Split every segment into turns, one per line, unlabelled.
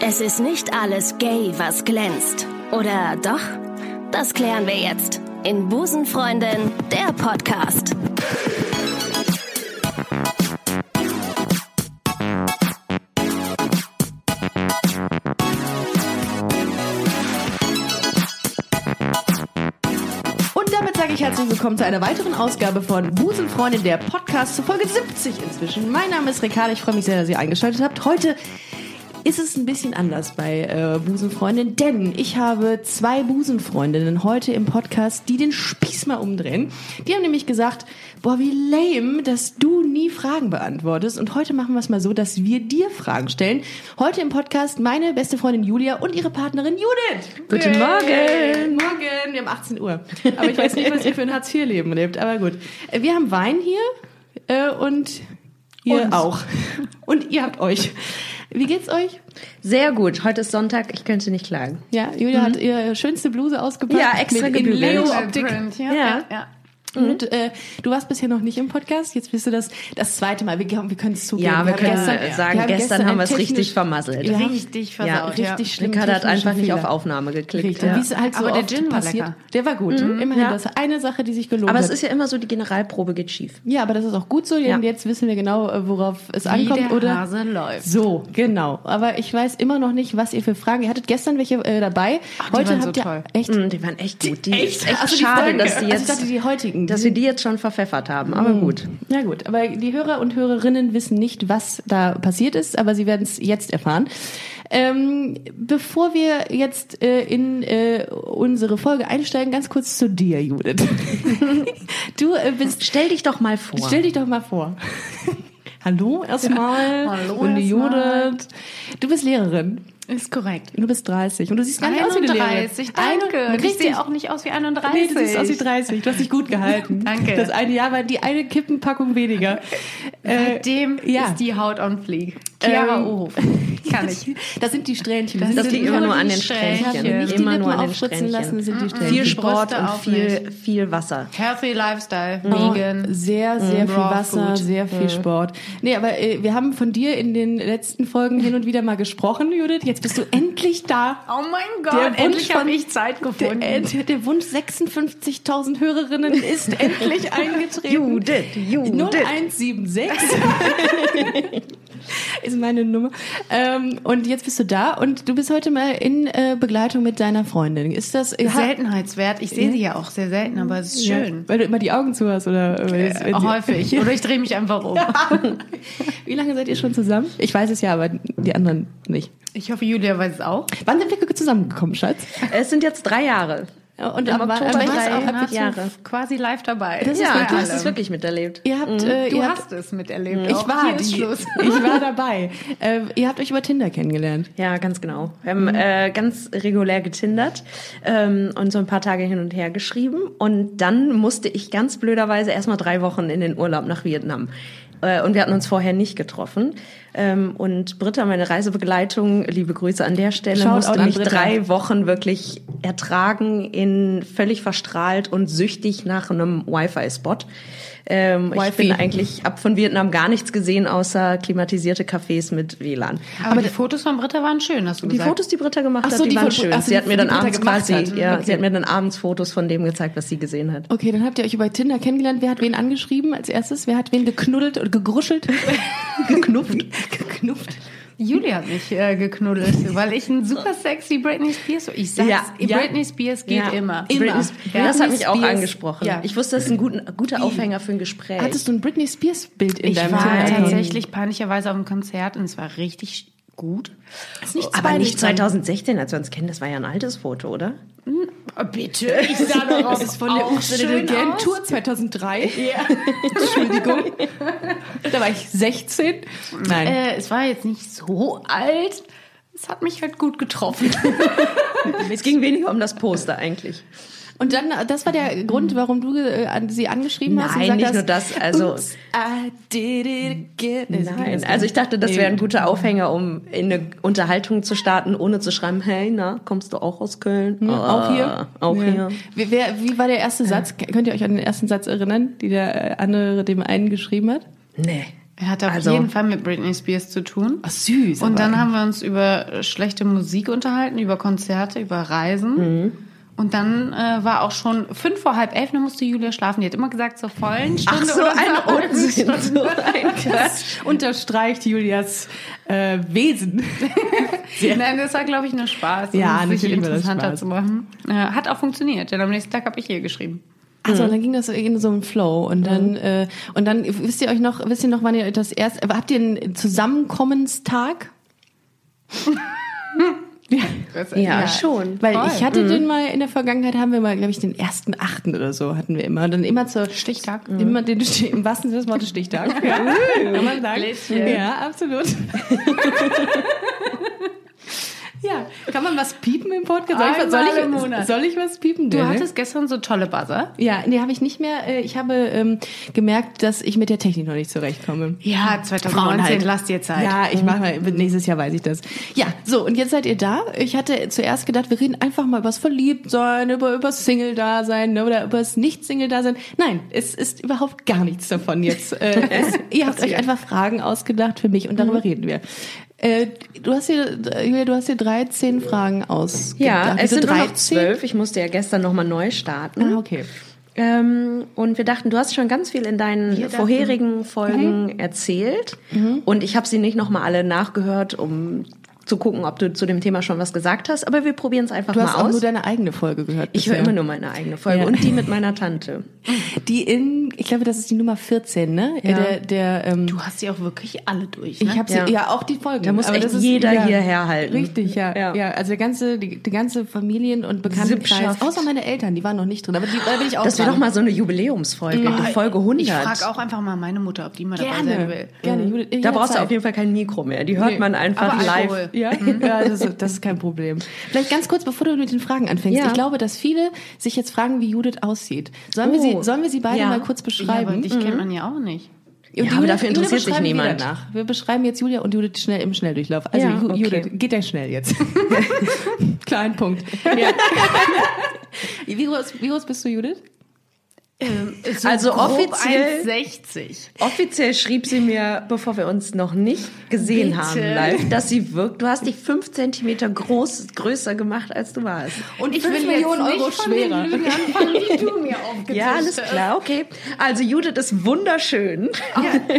Es ist nicht alles gay, was glänzt. Oder doch? Das klären wir jetzt in Busenfreundin, der Podcast.
Und damit sage ich herzlich willkommen zu einer weiteren Ausgabe von Busenfreundin, der Podcast zu Folge 70 inzwischen. Mein Name ist Ricarda, ich freue mich sehr, dass ihr eingeschaltet habt. Heute ist es ein bisschen anders bei äh, Busenfreundin, denn ich habe zwei Busenfreundinnen heute im Podcast, die den Spieß mal umdrehen. Die haben nämlich gesagt, boah, wie lame, dass du nie Fragen beantwortest. Und heute machen wir es mal so, dass wir dir Fragen stellen. Heute im Podcast meine beste Freundin Julia und ihre Partnerin Judith.
Guten
Yay.
Morgen.
Morgen, wir haben 18 Uhr. Aber ich weiß nicht, was ihr für ein Hartz-IV-Leben lebt, aber gut. Äh, Wir haben Wein hier äh, und ihr
Uns.
auch. Und ihr habt euch. Wie geht's euch?
Sehr gut. Heute ist Sonntag, ich könnte nicht klagen.
Ja, Julia hat ihre schönste Bluse ausgepackt.
Mhm. Ja, extra
mit in
gebügelt. Mhm.
Lego-Optik.
Print, ja,
Ja.
ja. ja.
Und äh, du warst bisher noch nicht im Podcast, jetzt bist du das, das zweite Mal. Wir, wir können es zugeben.
Ja, wir
haben
können äh,
wir
sagen, gestern, haben wir es
einen
richtig
technisch-
vermasselt.
Ja.
Richtig versaut, ja.
richtig schlimm.
Ricarda hat
technischen
einfach nicht auf
Fehler.
Aufnahme geklickt.
Richtig.
Ja.
Wie es halt so
Aber der
oft
Gin war
passiert.
lecker.
Der war gut. Mhm. Immerhin,
ja.
das ist eine Sache, die sich gelohnt
Aber
hat.
es ist ja immer so, die Generalprobe geht schief.
Ja, aber das ist auch gut so, denn
Ja.
jetzt wissen wir genau, äh, worauf es
Wie
ankommt,
der
oder?
Hase läuft.
So, genau. Aber ich weiß immer noch nicht, was ihr für Fragen. Ihr hattet gestern welche äh, dabei.
die
Heute
waren
habt
so
ihr
toll.
echt.
Mm, Die waren echt gut. Die
Echt?
ist echt
Also die
schade,
Folge.
dass,
Also
die
ich
jetzt, Hm.
dachte, die heutigen.
dass wir die jetzt schon verpfeffert haben. Aber gut.
Na gut, aber die Hörer und Hörerinnen wissen nicht, was da passiert ist, aber sie werden es jetzt erfahren. Ähm, bevor wir jetzt äh, in äh, unsere Folge einsteigen, ganz kurz zu dir, Judith. du äh, bist
Stell dich doch mal vor.
Stell dich doch mal vor. Hallo erstmal.
Hallo
Ich bin die
erstmal.
Judith. Du bist Lehrerin.
Ist korrekt.
Du bist 30 und du siehst gar nicht aus wie eine Lehrerin. Ah,
31, danke.
Ein-
Und ich
Richtig.
sehe auch nicht aus wie 31.
Nee, du siehst aus wie 30. Du hast dich gut gehalten.
Danke.
Das eine Jahr war die eine Kippenpackung weniger.
Seitdem
Äh, ja.
ist die Haut on fleek. Chiara
Ähm,
Ohof. Kann ich.
Das sind die Strähnchen.
Das
Das
sind
sind
liegt
die
immer nur an den
Strähnchen.
Strähnchen.
Strähnchen. Nicht
Immer
die Lippen
nur an den
aufspritzen
Strähnchen.
lassen, sind die Strähnchen.
Viel
Die
Sport
Brüste
und
auch
viel, viel Wasser.
Healthy Lifestyle.
Oh,
Vegan.
Sehr, sehr
Mm,
viel
raw
Wasser,
food.
sehr viel Sport. Nee, aber äh, wir haben von dir in den letzten Folgen hin und wieder mal gesprochen, Judith. Jetzt bist du endlich da.
Oh mein
Der
Gott,
Wunsch
endlich
von-
habe ich Zeit gefunden.
Der, äh, der Wunsch 56.000 Hörerinnen ist endlich eingetreten.
Judith, Judith.
0176 ist meine Nummer. Ähm, und jetzt bist du da und du bist heute mal in äh, Begleitung mit deiner Freundin. Ist das äh, ha-
Seltenheitswert. Ich sehe sie ja auch sehr selten, aber es ist schön.
Ja, weil du immer die Augen zu hast oder äh,
Äh, häufig. Oder ich drehe mich einfach um.
Wie lange seid ihr schon zusammen? Ich weiß es ja, aber die anderen nicht.
Ich hoffe, Julia weiß es auch.
Wann sind wir zusammengekommen, Schatz?
Es sind jetzt drei Jahre.
Und
Im
aber-
Oktober
aber ich
drei
weiß auch,
Monate.
habt ihr-
Jahre.
quasi live dabei.
Das ist
ja,
wirklich-
du
bei
hast es
allem.
wirklich miterlebt.
Ihr habt, äh,
Du
ihr habt,
hast es miterlebt.
ich
auch.
war
Hier ist
die,
Schluss.
ich war dabei. Ähm, ihr habt euch über Tinder kennengelernt.
Ja, ganz genau. Wir haben äh, ganz regulär getindert ähm, und so ein paar Tage hin und her geschrieben. Und dann musste ich ganz blöderweise erstmal drei Wochen in den Urlaub nach Vietnam. Äh, und wir hatten uns vorher nicht getroffen. Ähm, und Britta, meine Reisebegleitung, liebe Grüße an der Stelle,
Shoutout
musste
an
mich
Britta.
drei Wochen wirklich ertragen, in völlig verstrahlt und süchtig nach einem Wi-Fi-Spot. Ähm, ich
Wi-Fi.
bin eigentlich ab von Vietnam gar nichts gesehen, außer klimatisierte Cafés mit WLAN.
Aber, die Fotos von Britta waren schön, hast du
Die
gesagt.
Fotos, die Britta gemacht
Ach so,
hat, die,
die
waren
von-
schön.
ach so,
sie hat
die-
mir
die
dann
Britta
abends
gemacht
quasi,
hat.
ja,
Okay.
sie hat mir dann abends Fotos von dem gezeigt, was sie gesehen hat.
Okay, dann habt ihr euch über Tinder kennengelernt. Wer hat wen angeschrieben als erstes? Wer hat wen geknuddelt und gegruschelt? Geknufft. Geknufft.
Julia hat mich äh, geknuddelt, weil ich ein super sexy Britney Spears. Ich sag's,
Ja, ja.
Britney Spears geht immer.
Immer.
Britney,
Ja.
Das hat mich auch
Britney Spears.
angesprochen.
Ja.
Ich wusste, das ist ein guter, guter Aufhänger für ein Gespräch.
Hattest du ein Britney Spears Bild in
Ich
deinem
war
Nein.
Tinder?
tatsächlich peinlicherweise auf dem Konzert und es war richtig gut.
Ist nichts
aber
peinlich
nicht
dran.
2016, als wir uns kennen. Das war ja ein altes Foto, oder?
Oh, bitte, ich sah darauf
Das ist von der Ursula Gen Tour 2003. Entschuldigung. Da war ich 16. Nein.
Äh, es war jetzt nicht so alt. Es hat mich halt gut getroffen.
Es ging weniger um das Poster eigentlich.
Und dann, äh, das war der Grund, warum du äh, an- sie angeschrieben hast. und
Nein,
gesagt
nicht
hast,
nur das, also-
"Oops, I did it again. Nee, so ging das
Nein,
nicht.
also ich dachte, das
Nee.
wäre ein guter Aufhänger, um in eine Unterhaltung zu starten, ohne zu schreiben, hey, na, kommst du auch aus Köln?
Hm, auch hier?
Ah, Auch
Ja.
hier.
Wie, wer, wie war der erste Satz? K- Könnt ihr euch an den ersten Satz erinnern, die der äh, andere dem einen geschrieben hat?
Nee.
Er hat auf
Also-
jeden Fall mit Britney Spears zu tun.
Ach, süß.
Und dann
aber-
haben wir uns über äh, schlechte Musik unterhalten, über Konzerte, über Reisen.
Mhm.
Und dann äh, war auch schon fünf vor halb elf, dann musste Julia schlafen. Die hat immer gesagt, zur vollen Stunde.
Ach, so
oder
ein
zur halben
Unsinn.
Stunde.
So ein
das unterstreicht Julias äh, Wesen.
Nein, das war, glaube ich, nur Spaß,
Ja,
um es sich
natürlich war das
interessanter
Spaß.
zu machen. Äh, hat auch funktioniert, denn am nächsten Tag habe ich ihr geschrieben.
Also
Mhm.
und dann ging das so in so einen Flow und dann äh, und dann wisst ihr euch noch wisst ihr noch wann ihr das erst habt ihr einen Zusammenkommenstag?
Das-
Ja, schon.
Weil
Voll. Mhm.
ich hatte den mal in der Vergangenheit haben wir mal glaube ich den ersten achten oder so hatten wir immer und dann immer zur Mhm.
Stichtag.
immer den Stich- im wahrsten Sinne des Wortes Stichtag. ja, kann man sagen.
Bläschen.
ja, absolut. ja, kann man was piepen im Podcast? Soll ich, was-
Einmal
soll ich,
im Monat.
soll ich was piepen?
Du
Dennis?
hattest gestern so tolle Buzzer.
Ja, nee, habe ich nicht mehr. Äh, Ich habe ähm, gemerkt, dass ich mit der Technik noch nicht zurechtkomme.
Ja, Ah, 2019,
halt.
lasst ihr Zeit.
Ja, ich mache mal, nächstes Jahr weiß ich das. Ja, so, und jetzt seid ihr da. Ich hatte zuerst gedacht, wir reden einfach mal übers Verliebtsein, über, übers Single-Dasein ne, oder übers Nicht-Single-Dasein. Nein, es ist überhaupt gar nichts davon jetzt. Äh, es, ihr habt euch einfach Fragen ausgedacht für mich und
Mhm.
darüber reden wir. Äh, du hast hier, Julia, du hast hier 13 Fragen ausgedacht.
Ja, es
Wieso
sind nur noch zwölf. Ich musste ja gestern nochmal neu starten.
Ah, okay.
Ähm, und wir dachten, du hast schon ganz viel in deinen vorherigen Folgen erzählt. Und ich habe sie nicht nochmal alle nachgehört, um zu gucken, ob du zu dem Thema schon was gesagt hast. Aber wir probieren es einfach
Du
mal
hast auch
aus.
nur deine eigene Folge gehört.
ich höre
bisher.
immer nur meine eigene Folge
Ja.
und die mit meiner Tante.
Die in, ich glaube, das ist die Nummer 14, ne?
Ja.
Der, der, ähm,
Du hast sie auch wirklich alle durch. Ne?
ich habe sie, ja.
Ja.
auch die Folgen.
Da muss echt jeder hierher halten.
Richtig, ja, ja.
Ja.
also der ganze, die, die ganze Familien- und Bekanntenkreis,
Sippschaft.
außer meine Eltern, die waren noch nicht drin, aber die, da bin ich auch
Das wäre
dran.
doch mal so eine Jubiläumsfolge, die Folge
ich
100.
frage auch einfach mal meine Mutter, ob die mal dabei sein
gerne,
will.
gerne. Judith,
Mhm. da brauchst
jederzeit.
du auf jeden Fall Mhm. kein Mikro mehr. Die hört
Nee,
man einfach
aber
live.
Alkohol.
Ja, ja das, ist, das ist kein Problem. Vielleicht ganz kurz, bevor du mit den Fragen anfängst.
Ja.
Ich glaube, dass viele sich jetzt fragen, wie Judith aussieht. Sollen, wir,
Oh.
sie, sollen wir sie beide
Ja.
mal kurz
Ja, aber
beschreiben?
dich kennt man ja auch nicht.
Ja,
aber dafür interessiert sich
beschreiben wir
niemand.
Danach. Wir beschreiben jetzt Julia und Judith schnell im Schnelldurchlauf. Also
Ja,
Ju-
okay.
Judith, geht der schnell jetzt. Kleinen Punkt. wie, groß, wie groß bist du, Judith?
Also offiziell-
1,60.
Offiziell schrieb sie mir, bevor wir uns noch nicht gesehen
Bitte.
haben live, dass sie wirkt. Du hast dich fünf Zentimeter groß, größer gemacht, als du warst.
Und ich
Fünf Von den Lügen anfangen, die du mir aufgetischt
Ja, alles
hast.
klar, okay. Also Judith ist wunderschön.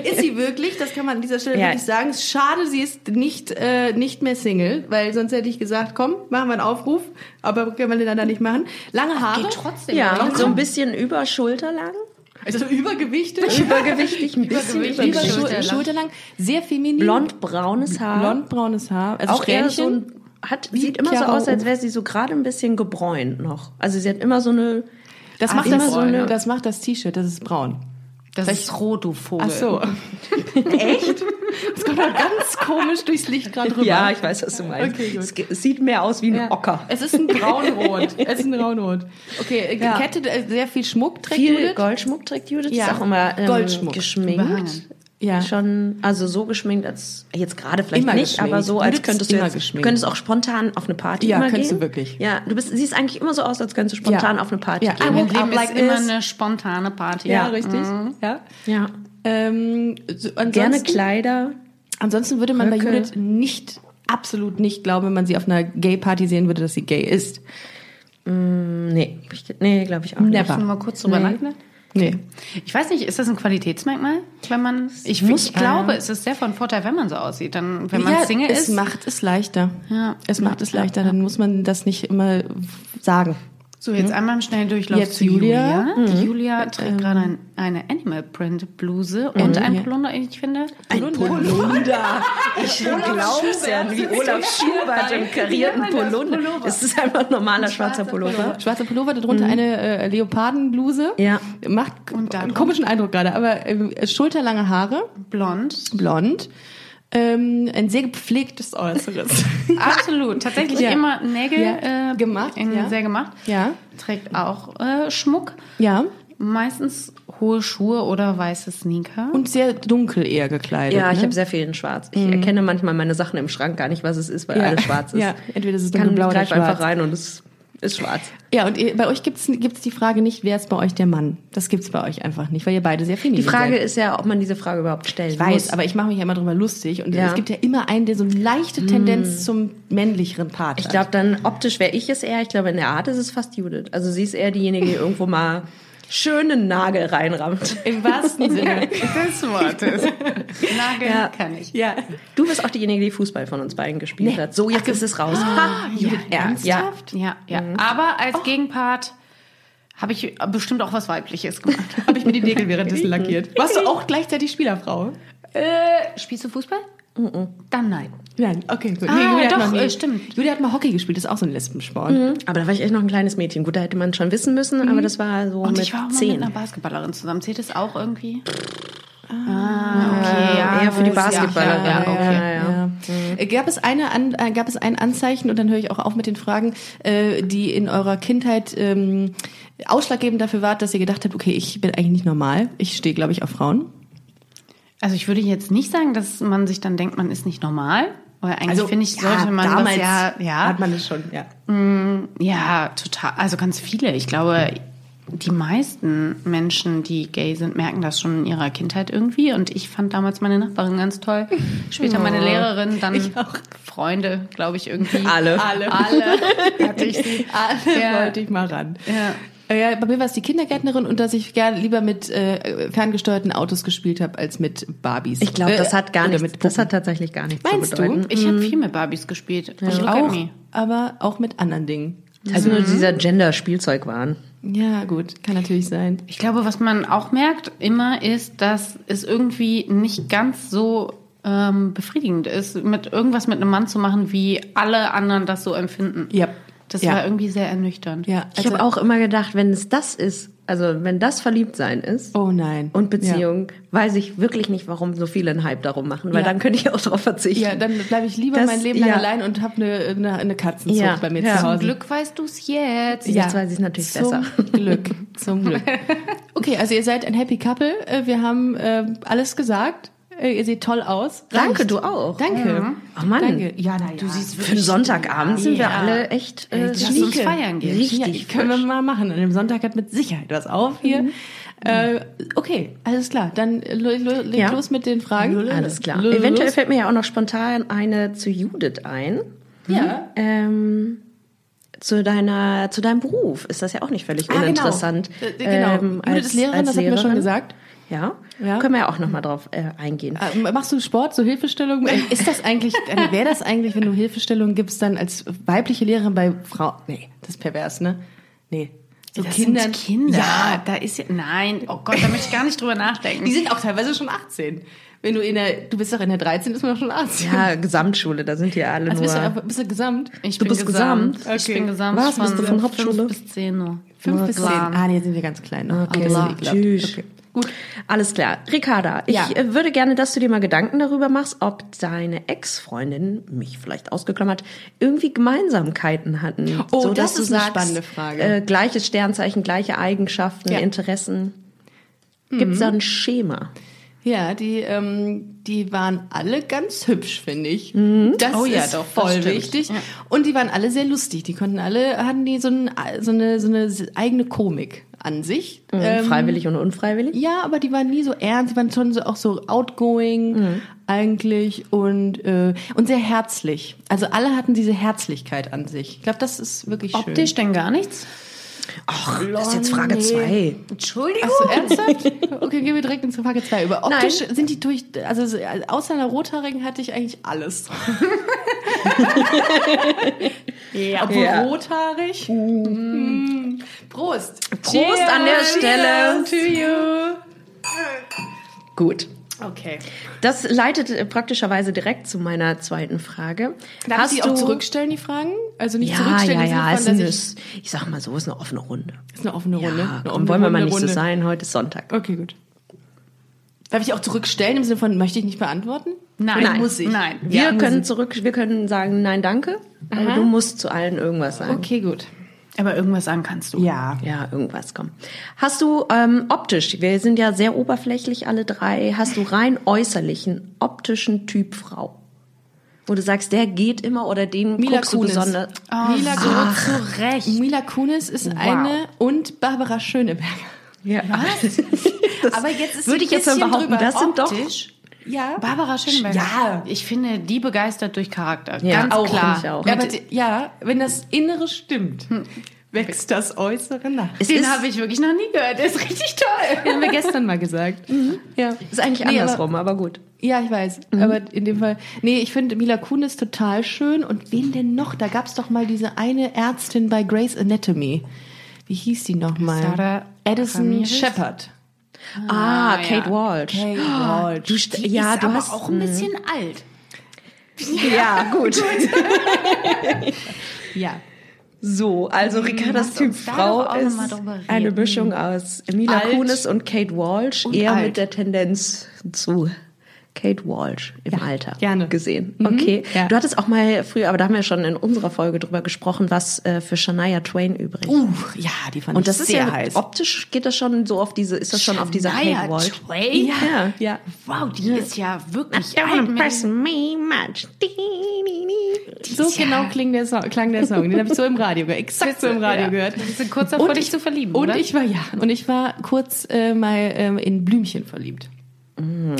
Ist sie wirklich? Das kann man an dieser Stelle
Ja.
wirklich sagen. Es ist Schade, sie ist nicht, äh, nicht mehr Single, weil sonst hätte ich gesagt, komm, machen wir einen Aufruf. Aber können wir den dann nicht machen. Lange Haare.
Geht trotzdem.
Ja,
Warum?
so ein bisschen über Schulterlang.
Also übergewichtig.
Übergewichtig, ein bisschen
Übergewichtig.
Über
übergewichtig.
Schul
Schulterlang.
Schulterlang. Sehr feminin.
Blond-braunes Haar.
Blond-braunes Haar. Also
Ah. Auch eher so
Strähnchen.
ein, hat,
Wie
sieht immer so
Chiara
aus, als
Uff.
wäre sie so gerade ein bisschen gebräunt noch. Also sie hat immer so eine...
Das
Ah,
macht
immer
das,
so eine-
das macht das T-Shirt, das ist braun.
Das ist rot, du Vogel.
Echt? Das kommt halt ganz komisch durchs Licht gerade rüber.
Ja, ich weiß, was du meinst.
Okay, gut.
es, ge- es sieht mehr aus wie ein
Ja.
Ocker.
Es ist ein braunrot. Es ist ein braunrot. Okay, äh,
Ja.
Kette, äh, sehr viel Schmuck trägt
Viel
Judith.
Goldschmuck trägt Judith.
Ja.
Ist auch immer ähm,
Goldschmuck.
geschminkt.
Behangen.
Ja.
Schon, also so geschminkt, als jetzt gerade vielleicht
Immer
nicht,
geschminkt.
aber so, als
Judith
könntest
ist
du
immer
jetzt,
geschminkt.
könntest auch spontan auf eine Party
Ja,
mal
könntest
gehen.
du wirklich.
Ja, du bist, siehst eigentlich immer so aus, als könntest du spontan auf eine Party
Ja.
gehen.
I
Mhm.
Mein
woke
Leben
up like
ist immer
this.
eine spontane Party. Mhm.
Ja, richtig. Ja.
Ja.
Ähm, so, ansonsten,
Gerne Kleider.
Ansonsten würde man bei
Röcke.
Judith nicht, absolut nicht glauben, wenn man sie auf einer Gay-Party sehen würde, dass sie gay ist.
Nee, hab ich ge- nee glaube ich auch nicht.
Never.
Schon mal kurz drüber
Nee.
nachgedacht?
Nee.
Ich weiß nicht, ist das ein Qualitätsmerkmal, wenn man? Ich,
muss
ich
man.
glaube, es ist sehr von Vorteil, wenn man so aussieht. Dann, wenn man Single
es
ist,
macht es leichter.
Ja.
Es macht es leichter, dann muss man das nicht immer sagen.
So, jetzt einmal im schnellen Durchlauf
Hm? Jetzt
zu
Julia. Hm. Ähm.
Julia. Die Julia trägt gerade ein, eine Animal Print Bluse
Hm,
und ein Polunder, ich finde.
Ein Polunder. Ich glaube es ja, wie Olaf Schubert im karierten Polunder. Es ist einfach ein normaler schwarzer Pullover.
Schwarzer Pullover, darunter eine äh, Leopardenbluse.
Mhm. Ja.
Macht
Und da
einen komischen Eindruck gerade, aber ähm, schulterlange Haare,
Blond.
blond. Ähm, ein sehr gepflegtes Äußeres.
Absolut. Tatsächlich
Ja.
immer Nägel
Ja.
äh,
Gemacht,
in,
ja.
Sehr gemacht.
Ja.
Trägt auch äh, Schmuck.
ja.
Meistens hohe Schuhe oder weiße Sneaker.
Und sehr dunkel eher gekleidet.
Ja, ich
ne?
habe sehr viel in Schwarz. Ich erkenne manchmal meine Sachen im Schrank gar nicht, was es ist, weil
Ja.
alles schwarz ist.
Ja, entweder ist es
Kann
dunkelblau oder
greif einfach
schwarz.
rein und es Ist schwarz.
Ja, und ihr, bei euch gibt's gibt's die Frage nicht, wer ist bei euch der Mann? Das gibt's bei euch einfach nicht, weil ihr beide sehr feminin
Die Frage
seid.
ist ja, ob man diese Frage überhaupt stellen
Ich weiß,
muss.
aber ich mache mich ja immer drüber lustig. Und
Ja. Mm.
es gibt ja immer einen, der so eine leichte Tendenz zum männlicheren Part
Ich
hat.
glaube, dann optisch wäre ich es eher. Ich glaube, in der Art ist es fast Judith. Also sie ist eher diejenige, die irgendwo mal schönen Nagel reinrammt.
Im wahrsten Sinne.
Des Wortes. Nageln
Ja.
kann ich.
ja.
Du bist auch diejenige, die Fußball von uns beiden gespielt hat. So, jetzt ist es raus. Ha, Judith Ernst. Ja.
Ja, ja. Aber als Gegenpart habe ich bestimmt auch was Weibliches gemacht. habe ich mir die Nägel
Mhm.
währenddessen lackiert.
Warst du auch gleichzeitig Spielerfrau?
Äh, spielst du Fußball? Mhm. Dann nein.
Nein, okay, gut.
Ah,
hat
doch,
noch nie-
äh, stimmt.
Julia hat mal Hockey gespielt, das ist auch so ein Lesbensport.
Aber da war ich echt noch ein kleines Mädchen. Gut, da hätte man schon wissen müssen, aber das Mhm. war so
Und
Oh, mit
ich war auch mal mit
zehn.
einer Basketballerin zusammen. Zählt das auch irgendwie? Ah, okay. Ja,
eher für die
ja,
Basketballerin.
Ja, ja, okay.
ja, ja.
Äh, Gab es eine an, äh, gab es ein Anzeichen und dann höre ich auch auf mit den Fragen, äh, die in eurer Kindheit ähm, ausschlaggebend dafür war, dass ihr gedacht habt, okay, ich bin eigentlich nicht normal. Ich stehe, glaube ich, auf Frauen.
Also ich würde jetzt nicht sagen, dass man sich dann denkt, man ist nicht normal. Weil eigentlich Also, finde ich,
Also, ja,
sollte man das ja, ja,
hat man es schon, ja.
Ja, total. Also ganz viele. Ich glaube, die meisten Menschen, die gay sind, merken das schon in ihrer Kindheit irgendwie. Und ich fand damals meine Nachbarin ganz toll. Später meine Lehrerin, dann Freunde, glaube ich, irgendwie.
Alle.
Alle. Alle hatte ich sie.
Alle
Ja.
wollte ich mal ran.
Ja.
Äh, Ja, bei mir war es die Kindergärtnerin und dass ich gern lieber mit äh, ferngesteuerten Autos gespielt habe als mit Barbies.
Ich glaube,
Äh,
das hat gar
oder
nichts.
Mit
das
Puppen.
hat tatsächlich gar nichts
Meinst
zu
du?
bedeuten.
Ich habe viel mit Barbies gespielt. Ich
auch, aber auch mit anderen Dingen.
Also nur dieser Gender-Spielzeugwahn.
Ja, gut, kann natürlich sein.
Ich glaube, was man auch merkt immer ist, dass es irgendwie nicht ganz so ähm, befriedigend ist, mit irgendwas mit einem Mann zu machen, wie alle anderen das so empfinden.
Ja.
Das
Ja.
war irgendwie sehr ernüchternd.
Ja, also,
Ich habe auch immer gedacht, wenn es das ist, also wenn das Verliebtsein ist
Oh nein.
und Beziehung, weiß ich wirklich nicht, warum so viele einen Hype darum machen, weil
Ja.
dann könnte ich auch drauf verzichten.
Ja, ja dann bleibe ich lieber
Das-
mein Leben lang
ja.
allein und ne, habe eine, eine, eine Katzenzucht
Ja.
bei mir
Ja.
zu
Zum
Hause.
Glück weißt du es jetzt.
Ja. Jetzt weiß ich's natürlich
zum
besser.
Glück, zum Glück. Okay, also ihr seid ein happy couple. Äh, Wir haben äh, alles gesagt. Äh, Ihr seht toll aus.
Danke,
Reicht.
du auch.
Danke.
Ach Mann.
Danke. Ja, na ja.
Du siehst
Für einen Sonntagabend sind wir alle echt äh,
Lass uns
schnieke.
feiern gehen.
Ja,
Richtig.
können wir mal machen. An dem Sonntag hat mit Sicherheit was auf hier. Äh, okay, alles klar. Dann äh, lo- lo- leg
Ja.
los mit den Fragen. Äh,
Alles klar.
Lo-
Eventuell
los.
fällt mir ja auch noch spontan eine zu Judith ein.
Ja.
Ähm, zu deiner, zu deinem Beruf ist das ja auch nicht völlig
genau.
uninteressant. Ähm,
Äh, genau. Judith ist Lehrerin, das hatten wir schon gesagt.
Ja,
Ja.
können wir ja auch nochmal drauf äh, eingehen.
Äh, Machst du Sport, so Hilfestellung? Äh, Ist das eigentlich, äh, wäre das eigentlich, wenn du Hilfestellung gibst, dann als weibliche Lehrerin bei Frau? Nee, das ist pervers, ne? Nee. So
Das
Kindern-
sind Kinder.
Ja.
Da ist ja, nein, oh Gott, da möchte ich gar nicht drüber nachdenken.
Die sind auch teilweise schon 18. Wenn du in der, du bist doch in der 13, ist man doch schon 18.
Ja, Gesamtschule, da sind die ja alle
Also bist du,
nur.
einfach- bist du gesamt?
ich
Du
bin
bist
gesamt.
gesamt?
Ich bin gesamt.
Was, bist du von Hauptschule?
5 bis 10 Uhr.
5 bis 10.
Gesamt.
Ah, nee, sind wir ganz klein. noch.
Okay.
das ist
Allah.
ekelhaft.
Tschüss.
Okay. Gut.
Alles klar. Ricarda, ich
Ja.
äh, würde gerne, dass du dir mal Gedanken darüber machst, ob deine Ex-Freundin, mich vielleicht ausgeklammert, irgendwie Gemeinsamkeiten hatten.
Oh,
So,
das
dass du
ist eine
sagst,
spannende Frage.
Äh, gleiches Sternzeichen, gleiche Eigenschaften,
Ja. Mhm.
Interessen. Gibt es da ein Schema?
Ja, die, ähm, die waren alle ganz hübsch, finde ich. Das
Oh ja,
ist
doch, das
voll
stimmt.
wichtig. Und die waren alle sehr lustig. Die konnten alle, hatten die so, ein, so, eine, so eine eigene Komik an sich.
Mhm,
Ähm,
Freiwillig und unfreiwillig?
ja, aber die waren nie so ernst. Die waren schon so, auch so outgoing
Mhm.
eigentlich und, äh, und sehr herzlich. Also alle hatten diese Herzlichkeit an sich. Ich glaube, das ist wirklich schön.
Optisch denn gar nichts?
Ach, das ist jetzt Frage 2.
Entschuldigung.
Achso, ernsthaft? Okay, gehen wir direkt in Frage 2. Über
Nein.
optisch sind die durch, also außer einer Rothaarigen hatte ich eigentlich alles. ja. Obwohl
Ja. Uh.
rothaarig. Mm. Prost.
Prost an der Stelle.
Cheers to
Gut.
you. Okay.
Das leitet äh, praktischerweise direkt zu meiner zweiten Frage.
Darf
Hast
ich die auch
du-
zurückstellen, die Fragen? Also nicht
Ja,
zurückstellen,
ja,
im Sinne
ja.
von,
Es
dass
ist, ich, ich sag mal so, es ist eine offene Runde.
ich, ist eine offene Runde.
Ja, ne?
Eine
komm,
offene
wollen wir mal
Runde,
nicht so
Runde.
sein. Heute ist Sonntag.
Okay, gut. Darf ich auch zurückstellen im Sinne von, möchte ich nicht beantworten?
Nein.
Oder muss ich?
Nein.
Wir
Ja.
können zurück, wir können sagen, nein, danke. Aber du musst zu allen irgendwas sagen.
Okay, gut.
Aber irgendwas sagen kannst du.
Ja.
Ja, irgendwas, komm. Hast du ähm, optisch, wir sind ja sehr oberflächlich alle drei, hast du rein äußerlichen, optischen Typ Frau? Wo du sagst, der geht immer oder den
Mila
guckst du
Kunis.
besonders.
Mila,
so
Kunis-
zurecht.
Mila Kunis ist eine und Barbara Schöneberger.
Ja.
Aber jetzt ist
Würde
sie
ich jetzt mal
ein bisschen
behaupten,
drüber.
das sind doch-
Optisch.
Ja.
Barbara Schöneberger.
Ja.
Ich finde, die begeistert durch Charakter.
Ja,
Ganz
auch,
klar.
finde ich auch.
Ja, aber die, ja, wenn das Innere stimmt, wächst das Äußere nach.
Es
Den
Hm. ist-
habe ich wirklich noch nie gehört. Der ist richtig toll.
haben wir gestern mal gesagt. Ja.
Ist eigentlich
Nee,
andersrum, aber, gut.
Mhm. Ja, ich weiß.
Mhm.
Aber in dem Fall. Nee, ich finde Mila Kunis total schön. Und wen denn noch? Da gab es doch mal diese eine Ärztin bei Grey's Anatomy. Wie hieß die nochmal?
Sarah
Addison
Ramirez?
Shepard.
Ah,
ja.
Kate Walsh.
Walsh.
Du st- ja, du hast
auch ein bisschen alt.
ja, gut.
Ja.
So, also Ricardas
lass uns da doch
Typfrau
auch
ist
noch mal drüber reden.
eine Mischung aus Mila
Alt.
Kunis und Kate Walsh,
Und
eher
alt.
mit der Tendenz zu Kate Walsh im Alter
gerne.
gesehen.
Mhm.
Okay.
ja.
Du hattest auch mal früher, aber da haben wir schon in unserer Folge drüber gesprochen, was äh, für Shania Twain übrig.
Uh, ja, die fand
und
ich
das ist
sehr
ja
heiß.
optisch geht das schon so auf diese, ist das schon auf dieser Kate Walsh.
Twain?
Ja, ja.
Wow, die ist ja wirklich
me much.
So
Ja.
genau klang der, Song, klang der Song. Den habe ich so im Radio gehört. Exakt so im Radio
Ja.
gehört.
Bist du kurz davor,
Und
dich
ich-
zu verlieben,
Und
oder?
ich war ja. Und ich war kurz äh, mal ähm, in Blümchen verliebt.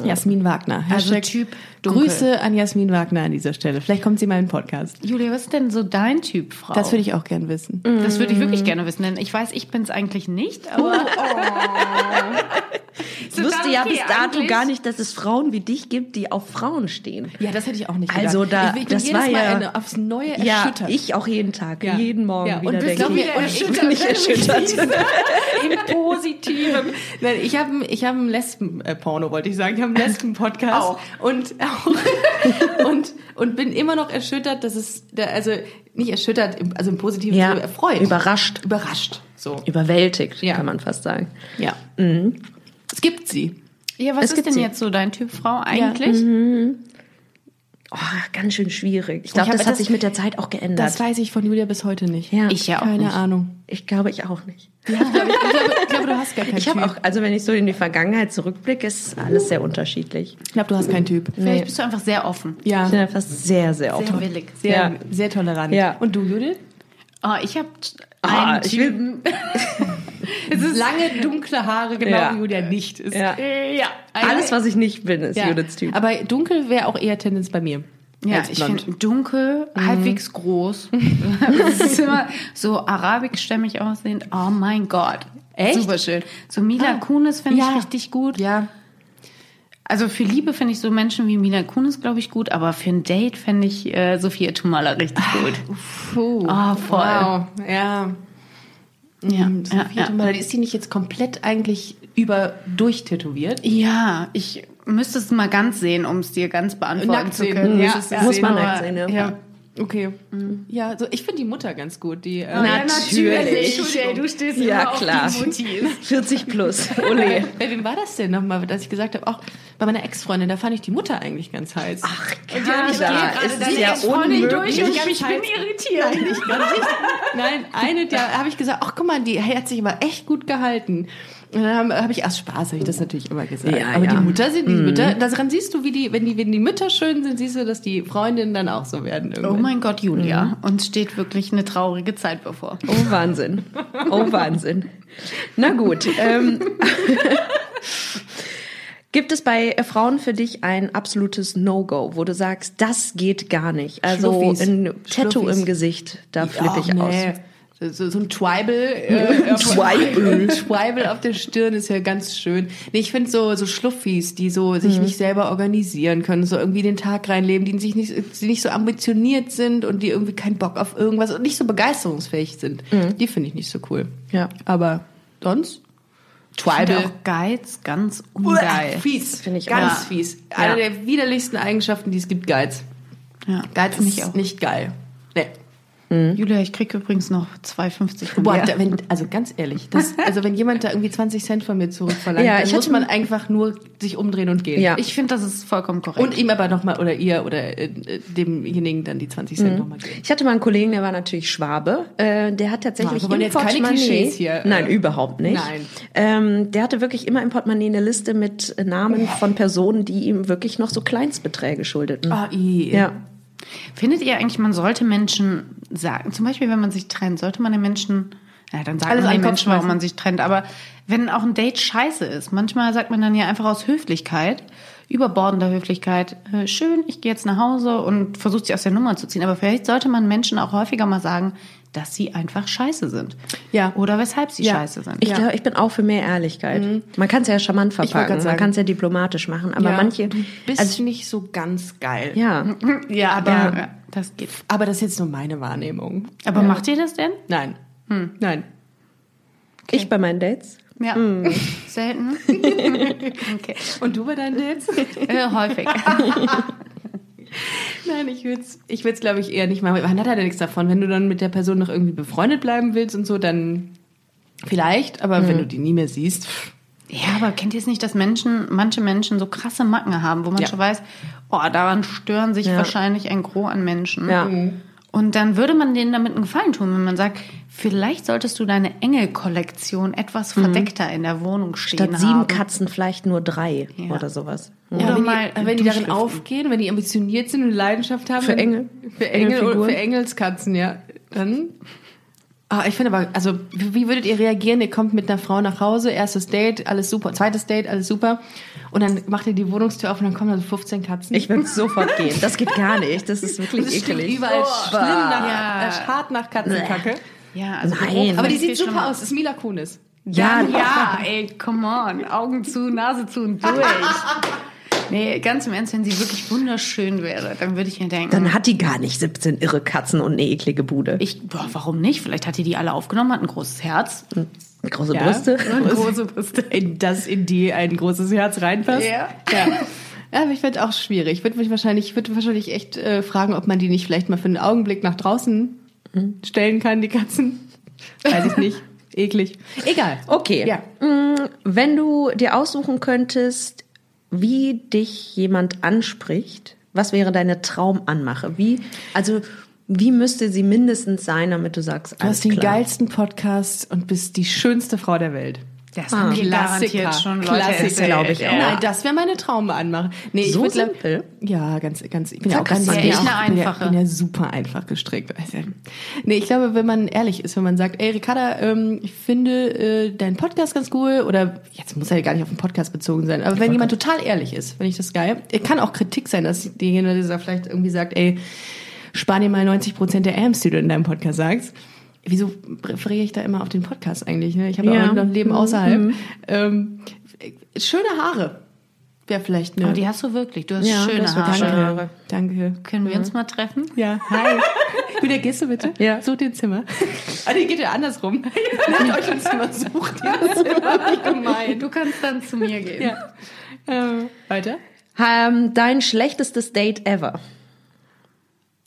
Jasmin Wagner.
Also
Hashtag
Typ dunkel.
Grüße an Jasmin Wagner an dieser Stelle. Vielleicht kommt sie mal in den Podcast.
Julia, was ist denn so dein Typ, Frau?
Das würde ich auch gern wissen.
Das würde ich
Mm.
wirklich gerne wissen, denn ich weiß, ich bin es eigentlich nicht, aber.
Oh. Ich wusste ja bis dato gar nicht, dass es Frauen wie dich gibt, die auf Frauen stehen.
Ja, das hätte ich auch nicht
Also
gedacht.
da-
ich, ich bin
das
jedes
war
Mal
ja-
eine, aufs Neue
Ja,
erschüttert.
ich auch jeden Tag,
Ja.
jeden Morgen
Ja.
wieder
Und bist
denke
du
ich.
wieder
Und ich bin nicht
erschüttert?
erschüttert.
Im Positiven. Nein, ich habe ich hab einen Lesben-Porno, wollte ich sagen. Ich habe einen Lesben-Podcast.
Auch.
Und, auch, und, und bin immer noch erschüttert, dass es, da- also nicht erschüttert, im- also im Positiven,
Ja,
so erfreut.
überrascht.
Überrascht. So.
Überwältigt,
Ja.
kann man fast sagen.
Ja.
Mhm.
Es gibt sie.
Ja, was
Es
ist
gibt
denn
sie. Mm-hmm.
jetzt so dein Typ, Frau, eigentlich?
Oh, ganz schön schwierig. Ich
Ich
glaube,
hab-
das, hat
das-
sich mit der Zeit auch geändert.
Das weiß ich von Julia bis heute nicht.
Ja.
Ich ja auch
Keine
nicht.
Ahnung.
ich glaube, ich auch nicht.
Ich glaube, ich glaube, du hast gar keinen
Ich
Typ.
habe auch, also wenn ich so in die Vergangenheit zurückblicke, ist alles sehr unterschiedlich.
ich glaube, du hast keinen Typ.
Vielleicht bist du einfach sehr offen.
Ich
Ja.
bin einfach sehr, sehr offen.
willig.
Sehr,
Ja.
sehr tolerant.
Ja.
Und du, Judith?
Oh, ich habe
Ah,
einen
ich
Typen.
Es ist lange, dunkle Haare, genau
Ja.
wie Julia nicht ist.
Ja.
ja,
Alles, was ich nicht bin, ist
Ja.
Judiths Typ.
Aber dunkel wäre auch eher Tendenz bei mir.
Ja,
als
ich
blond.
finde dunkel, halbwegs groß. das ist immer so arabischstämmig aussehend. Oh mein Gott.
Echt?
Super schön. So Mila Kunis finde
Ja.
ich richtig gut.
Ja.
Also für Liebe finde ich so Menschen wie Mila Kunis, glaube ich, gut. Aber für ein Date finde ich äh, Sophia Tumala richtig gut.
Puh.
Ah, voll.
Wow. Ja.
Ja,
Das
ja,
vierte
ja.
Mal. Ist die nicht jetzt komplett eigentlich über durchtätowiert?
ja, ich müsste es mal ganz sehen, um es dir ganz beantworten zu
sehen.
können.
Ja,
Müsstest du
ja.
sehen,
Muss man
aber-
nackt sehen, ja.
ja.
Okay. Mhm. Ja, so ich finde die Mutter ganz gut. Die, äh,
ja, natürlich.
Entschuldigung, du stehst
Ja,
immer
klar.
auf die Mutis.
40 plus. Ole.
Bei wem war das denn nochmal, dass ich gesagt habe, auch bei meiner Ex-Freundin, da fand ich die Mutter eigentlich ganz heiß.
Ach,
Ja,
Also
Carla,
ich
es
gehe gerade
ist ja
direkt vorne durch und
unmöglich.
ich bin irritiert.
Nein, nicht ganz nicht. Nein, eine, da habe ich gesagt, ach guck mal, die hat sich aber echt gut gehalten. Und dann habe ich aus Spaß, habe ich das natürlich immer gesagt.
Ja,
aber
ja. Mhm.
die Mutter sind die Mütter, daran siehst du, wie die, wenn die, wenn die Mütter schön sind, siehst du, dass die Freundinnen dann auch so werden
Oh
irgendwann.
mein Gott, Julia, uns steht wirklich eine traurige Zeit bevor.
Oh Wahnsinn. Oh Wahnsinn. Na gut. Ähm, gibt es bei äh, Frauen für dich ein absolutes No-Go, wo du sagst, das geht gar nicht? Also
Schluffis.
ein Tattoo
Schluffis.
im Gesicht, da flippe ich aus.
aus. So, so ein Tribal, äh, auf-
Tribal.
Tribal auf der Stirn ist ja ganz schön. Nee, ich finde so, so Schluffis, die so sich nicht selber organisieren können, so irgendwie den Tag reinleben, die sich nicht, die nicht so ambitioniert sind und die irgendwie keinen Bock auf irgendwas und nicht so begeisterungsfähig sind. Die finde ich nicht so cool.
Ja.
Aber sonst?
Ich
Tribal.
finde auch Geiz ganz
Uah,
ungeil.
Fies.
Finde ich
Ganz
auch.
fies.
Ja.
Eine der widerlichsten Eigenschaften, die es gibt, Geiz.
Ja,
Geiz
finde
ist
ich auch.
nicht geil. Nee.
Julia, ich krieg übrigens noch 2,50 von
Boah,
dir.
da, wenn, also ganz ehrlich, das, also wenn jemand da irgendwie 20 Cent von mir zurückverlangt,
Ja,
dann
ich
muss
hatte-
man einfach nur sich umdrehen und gehen.
Ja.
Ich finde, das ist vollkommen korrekt.
Und ihm aber nochmal, oder ihr, oder äh, äh, demjenigen dann die 20
Mhm.
Cent nochmal geben.
Ich hatte mal einen Kollegen, der war natürlich Schwabe. Äh, der hat
Ja,
tatsächlich
wir wollen
im
jetzt keine
Portemonnaie-
Klischees hier, äh,
Nein, überhaupt nicht.
Nein.
Ähm, der hatte wirklich immer im Portemonnaie eine Liste
Oh,
mit Namen von Personen, die ihm wirklich noch so Kleinstbeträge schuldeten.
Ah, i.
Ja.
Findet ihr eigentlich, man sollte Menschen sagen, zum Beispiel, wenn man sich trennt, sollte man den Menschen, ja, dann sagt
Alles
man
an
den
den Kopf
Menschen, warum
schmeißen.
man sich trennt, aber wenn auch ein Date scheiße ist, manchmal sagt man dann ja einfach aus Höflichkeit, überbordender Höflichkeit, äh, schön, ich gehe jetzt nach Hause und versucht sie aus der Nummer zu ziehen, aber vielleicht sollte man Menschen auch häufiger mal sagen, dass sie einfach scheiße sind.
Ja.
Oder weshalb sie
Ja.
scheiße sind.
Ich,
Ja.
glaub, ich bin auch für mehr Ehrlichkeit. Man kann es ja charmant
Mhm. wollt grad
verpacken, man
sagen.
kann es ja diplomatisch machen, aber manche,
Du bist
also
nicht so ganz geil.
ja,
ja, aber äh,
Ja.
das geht.
Aber das ist jetzt nur meine Wahrnehmung.
Aber macht ihr das denn?
Nein.
Hm.
Nein.
ich bei meinen Dates.
Ja. Selten. okay.
Und du bei deinen Dates?
Äh, häufig.
Nein, ich würde es, ich würd's, glaube ich, eher nicht machen. Man hat halt ja nichts davon. Wenn du dann mit der Person noch irgendwie befreundet bleiben willst und so, dann vielleicht. Aber
Hm.
wenn du die nie mehr siehst, pff,
Ja, aber kennt ihr es nicht, dass Menschen, manche Menschen so krasse Macken haben, wo man
Ja.
schon weiß, oh, daran stören sich
Ja.
wahrscheinlich ein Gros an Menschen.
Ja.
Mhm.
Und dann würde man denen damit einen Gefallen tun, wenn man sagt, vielleicht solltest du deine Engelkollektion etwas verdeckter in der Wohnung stehen
Mhm. Statt
haben.
sieben Katzen vielleicht nur drei
Ja.
oder sowas.
Oder
wenn,
mal
die,
äh,
wenn die darin
Duschstiften.
aufgehen, wenn die ambitioniert sind und Leidenschaft haben.
Für
dann-
Engel.
Für Engel oder
Engelfiguren.
für Engelskatzen, ja. Dann. Ah, ich finde aber, also, wie wie würdet ihr reagieren? Ihr kommt mit einer Frau nach Hause, erstes Date, alles super, zweites Date, alles super. Und dann macht ihr die Wohnungstür auf und dann kommen da so 15 Katzen.
Ich würde sofort gehen. Das geht gar nicht. Das ist wirklich
das stinkt
ekelig.
überall schlimm nach,
Ja.
äh, hart nach Katzenkacke.
Ja, also
Nein.
Geruch
Aber die
ist viel
sieht super
schlimmer.
aus, ist Mila Kunis.
Ja,
Ja, ey, come on. Augen zu, Nase zu und durch. Nee, ganz im Ernst, wenn sie wirklich wunderschön wäre, dann würde ich mir denken,
dann hat die gar nicht 17 irre Katzen und eine eklige Bude.
ich, boah, warum nicht? Vielleicht hat die die alle aufgenommen, hat ein großes Herz.
Große Brüste.
Und große Brüste.
In das in die ein großes Herz reinpasst.
Ja.
Ja. Ja, aber ich fände auch schwierig. Ich würde mich wahrscheinlich, ich würde wahrscheinlich echt äh, fragen, ob man die nicht vielleicht mal für einen Augenblick nach draußen
Mhm.
stellen kann, die Katzen. Weiß ich nicht. Eklig. Egal.
Okay.
Ja.
Mm, Wenn du dir aussuchen könntest, wie dich jemand anspricht, was wäre deine Traumanmache? Wie, also, wie müsste sie mindestens sein, damit du sagst,
Du
alles
hast den
klar.
geilsten Podcast und bist die schönste Frau der Welt.
Das haben die garantiert schon Leute
Ah, Klassiker,
erzählt,
glaube ich
ey.
auch. Nein, das wäre meine Traumanmache. Nee,
So
würd glaub-
simpel?
Ja, ganz, ganz. Ich bin ja auch
Sag das
ganz
mal
ich bin
nicht.
ja auch-
Eine
ich bin ja-
einfache.
bin ja super einfach gestrickt. Also, Nee, ich glaube, wenn man ehrlich ist, wenn man sagt, ey Ricarda, ähm, ich finde äh, deinen Podcast ganz cool oder jetzt muss er ja gar nicht auf den Podcast bezogen sein, aber wenn jemand total ehrlich ist, finde ich das geil. Äh, Kann auch Kritik sein, dass derjenige, der da vielleicht irgendwie sagt, ey, spar dir mal 90 Prozent der Amps, die du in deinem Podcast sagst. Wieso referiere ich da immer auf den Podcast eigentlich? Ne? Ich habe ja
Ja.
auch noch ein Leben außerhalb. Ähm, äh, schöne Haare wäre vielleicht eine...
Aber Oh, die hast du wirklich. Du hast
Ja,
schöne
das wird
Haare.
Danke.
schön. Haare.
Danke.
Können wir uns mal treffen?
Ja, hi. Wieder gehst du bitte?
Ja.
Such dir ein Zimmer. Ah, die geht ja andersrum. Nehmt euch ein Zimmer, sucht ihr ein Zimmer. Wie gemein.
Du kannst dann zu mir gehen.
Ja. Ähm, weiter?
Ähm, dein schlechtestes Date ever.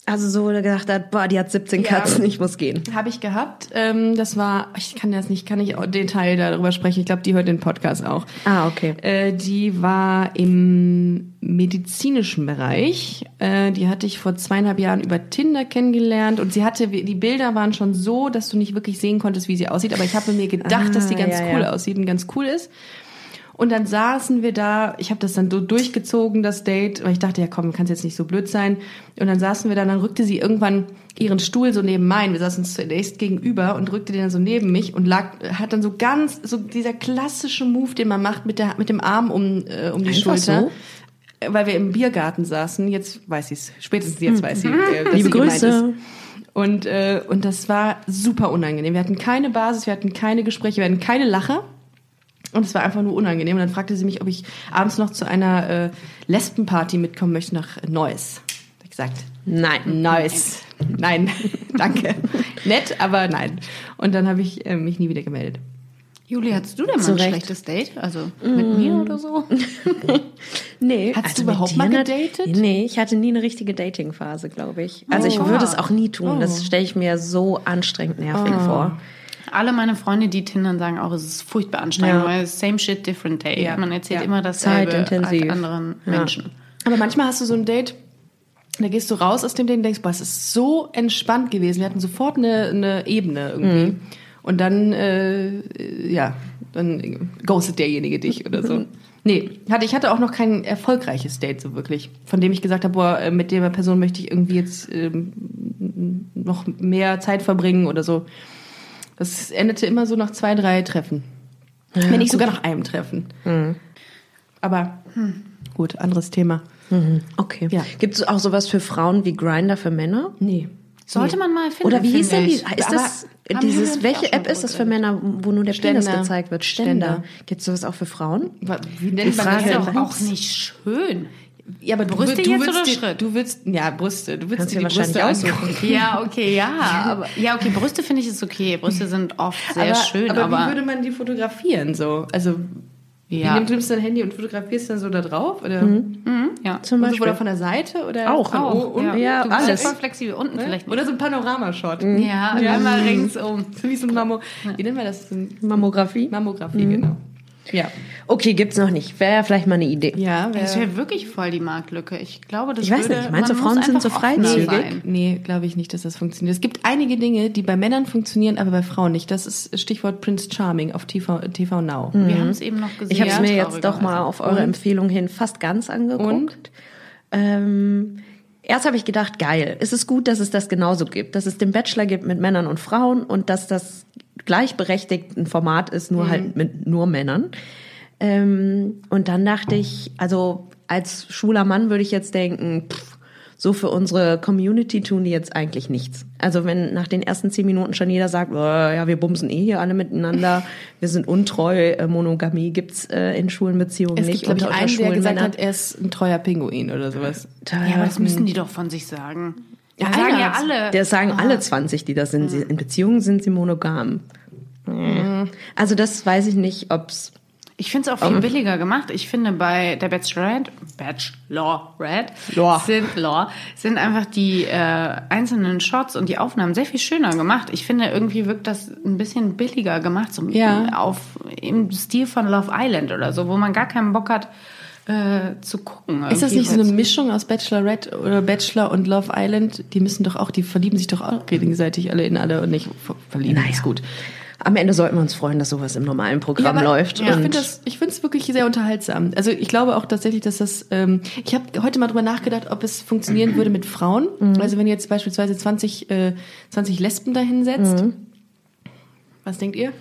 Also so, wo du gedacht hat, boah, die hat 17
Ja.
Katzen, ich muss gehen.
Habe ich gehabt. Ähm, das war, ich kann das nicht, kann ich auch Detail darüber sprechen. Ich glaube, die hört den Podcast auch.
Ah, okay.
Äh, die war im medizinischen Bereich. Äh, die hatte ich vor zweieinhalb Jahren über Tinder kennengelernt und sie hatte, die Bilder waren schon so, dass du nicht wirklich sehen konntest, wie sie aussieht. Aber ich habe mir gedacht, dass die
Ah,
ganz
ja,
cool
ja.
aussieht und ganz cool ist. Und dann saßen wir da, ich habe das dann so durchgezogen, das Date, weil ich dachte, ja komm, kann jetzt nicht so blöd sein. Und dann saßen wir da, dann rückte sie irgendwann ihren Stuhl so neben meinen. Wir saßen uns zunächst gegenüber und rückte den dann so neben mich und lag, hat dann so ganz, so dieser klassische Move, den man macht mit, der, mit dem Arm um, äh, um die
Einfach
Schulter.
so?
Äh, Weil wir im Biergarten saßen, jetzt weiß sie es, spätestens jetzt weiß sie, äh, dass
Hm. Mhm. Liebe
sie gemeint
Grüße.
ist. Und, äh, und das war super unangenehm. Wir hatten keine Basis, wir hatten keine Gespräche, wir hatten keine Lacher. Und es war einfach nur unangenehm. Und dann fragte sie mich, ob ich abends noch zu einer äh, Lesbenparty mitkommen möchte nach Neuss. Hab ich gesagt,
Nein.
Neuss. Nein, danke. Nett, aber nein. Und dann habe ich äh, mich nie wieder gemeldet.
Juli, hattest du denn mal
Zu
ein
Recht.
schlechtes Date? Also mit mir oder so?
Nee. also
Hast du
mit
überhaupt
dir
mal
nat-
gedatet?
Nee, ich hatte nie eine richtige Dating-Phase, glaube ich. Also ich
Oh.
würde es auch nie tun.
Oh.
Das stelle ich mir so anstrengend nervig vor.
Alle meine Freunde, die Tindern, sagen auch, es ist furchtbar anstrengend,
Ja.
weil same shit, different day.
Ja.
Man erzählt
Ja.
immer dasselbe
Zeitintensiv.
als anderen
Ja.
Menschen.
Aber manchmal hast du so ein Date, da gehst du raus aus dem Date und denkst, boah, es ist so entspannt gewesen. Wir hatten sofort eine, eine Ebene irgendwie. Und dann, äh, ja, dann ghostet derjenige dich oder so. Nee, hatte, ich hatte auch noch kein erfolgreiches Date so wirklich, von dem ich gesagt habe, boah, äh, mit der Person möchte ich irgendwie jetzt ähm, noch mehr Zeit verbringen oder so. Das endete immer so nach zwei, drei Treffen. Wenn nicht sogar nach einem Treffen. Aber gut, anderes Thema.
Okay.
Ja.
Gibt es auch sowas für Frauen wie Grinder für Männer?
Nee.
Sollte man mal finden.
Oder wie hieß denn
finde
die?
ich.
Ist
Aber
das
haben wir
dieses,
nicht auch
welche
schon
App ist das für
drüber
Männer, wo nur der Ständer.
Ständer.
Penis gezeigt wird?
Ständer.
Ständer. Gibt es sowas auch für Frauen?
Wa- Wie nennt man das?
Frage.
geredet?
denn?
Ist doch auch nicht schön.
Ja, aber
Brüste
du, du
jetzt
willst
oder
dir-
Schritt?
Du willst, ja, Brüste. Du willst
Kannst
dir
du
die Brüste
wahrscheinlich
aussuchen.
Ja, okay, ja. Aber, ja, okay, Brüste finde ich ist okay. Brüste sind oft sehr
aber,
schön,
aber,
aber,
wie würde man die fotografieren so? Also
Ja.
wie nimmst du nimmst dein Handy und fotografierst dann so da drauf oder
Mhm, ja.
Zum
Und so, oder
Beispiel.
von der Seite oder
Auch,
von
auch,
oben?
ja,
ja,
du bist
alles.
voll flexibel. Unten vielleicht nicht.
Oder so ein Panoramashot.
Ja,
Ja.
einmal ringsum.
So wie so ein Mammo. Wie nennen wir das? So ein
Mammographie?
Mammografie, genau. Ja.
Okay, gibt's noch nicht. Wäre ja vielleicht mal eine Idee.
Ja,
Das wäre wirklich voll die Marktlücke. Ich glaube, das
Ich weiß
würde,
nicht, meinst du,
man
Frauen
muss
sind
einfach
so
offener
freizügig?
sein.
Nee, glaube ich nicht, dass das funktioniert. Es gibt einige Dinge, die bei Männern funktionieren, aber bei Frauen nicht. Das ist Stichwort Prince Charming auf TV, TV Now.
Wir haben es eben noch gesehen.
Mhm. Ich habe es mir jetzt
Trauriger
doch mal auf eure Empfehlung hin fast ganz angeguckt. Ähm, erst habe ich gedacht, geil. Es ist gut, dass es das genauso gibt, dass es den Bachelor gibt mit Männern und Frauen und dass das gleichberechtigt ein Format ist,
Mhm.
nur halt mit nur Männern. Ähm, und dann dachte ich, also als schwuler Mann würde ich jetzt denken, pff, so für unsere Community tun die jetzt eigentlich nichts. Also wenn nach den ersten zehn Minuten schon jeder sagt, oh, ja, wir bumsen eh hier alle miteinander, wir sind untreu, äh, Monogamie gibt's äh, in schwulen Beziehungen
Es gibt,
nicht.
glaube ich,
unter- unter
einen, der
schwulen
gesagt
Männern.
hat, er ist ein treuer Pinguin oder sowas.
Ja, aber das
ähm,
müssen die doch von sich sagen. Ja,
einer
sagen ja
hat's.
alle.
Das sagen alle
Ah.
20, die da sind. Sie, in Beziehungen sind sie monogam.
Mhm.
Also das weiß ich nicht, ob's
Ich finde es auch viel billiger gemacht. Ich finde bei der Bachelorette, Bachelorette
Lor.
sind, Lor, sind einfach die äh, einzelnen Shots und die Aufnahmen sehr viel schöner gemacht. Ich finde, irgendwie wirkt das ein bisschen billiger gemacht, so
Ja.
auf, im Stil von Love Island oder so, wo man gar keinen Bock hat äh, zu gucken.
Ist das
irgendwie,
nicht so eine
weil's-
Mischung aus Bachelorette oder Bachelor und Love Island? Die müssen doch auch, die verlieben sich doch auch gegenseitig alle in alle und nicht ver- verlieben.
Naja.
Ist gut.
Am Ende sollten wir uns freuen, dass sowas im normalen Programm
aber
läuft.
Ich
und-
finde das, ich finde es wirklich sehr unterhaltsam. Also ich glaube auch tatsächlich, dass das. Ähm, ich habe heute mal drüber nachgedacht, ob es funktionieren würde mit Frauen.
Mhm.
Also wenn ihr jetzt beispielsweise 20, äh, 20 Lesben da hinsetzt.
Mhm.
Was denkt ihr?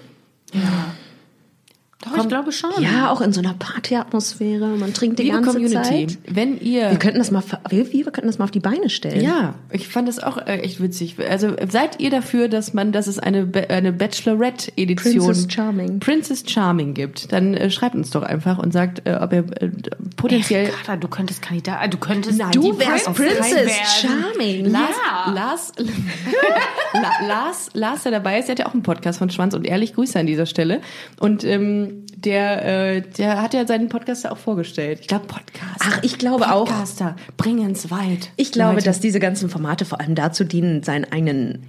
Doch, ich glaube schon.
ja, auch in so einer Partyatmosphäre. Man trinkt die
Mhm. Liebe
ganze
Community,
Zeit.
wenn ihr
Wir könnten das mal, ver- wir, wir könnten das mal auf die Beine stellen.
Ja, ich fand das auch äh, echt witzig. Also seid ihr dafür, dass man, dass es eine, Ba- eine Bachelorette-Edition
Princess Charming.
Princess Charming gibt? Dann äh, schreibt uns doch einfach und sagt, äh, ob ihr äh, potenziell
Ricarda, du könntest Kandidat, du könntest
Nein,
die
Du wärst
Princess
Princess
werden.
Charming.
Ja.
Lars, La, Lars, Lars, der dabei ist, der hat ja auch einen Podcast von Schwanz und Ehrlich. Grüße an dieser Stelle. Und ähm, der, äh, der hat ja seinen Podcast da auch vorgestellt. Ich glaube, Podcast.
Ach, ich glaube auch.
Podcaster, bringen's weit.
Ich glaube,
Leute.
dass diese ganzen Formate vor allem dazu dienen, seinen eigenen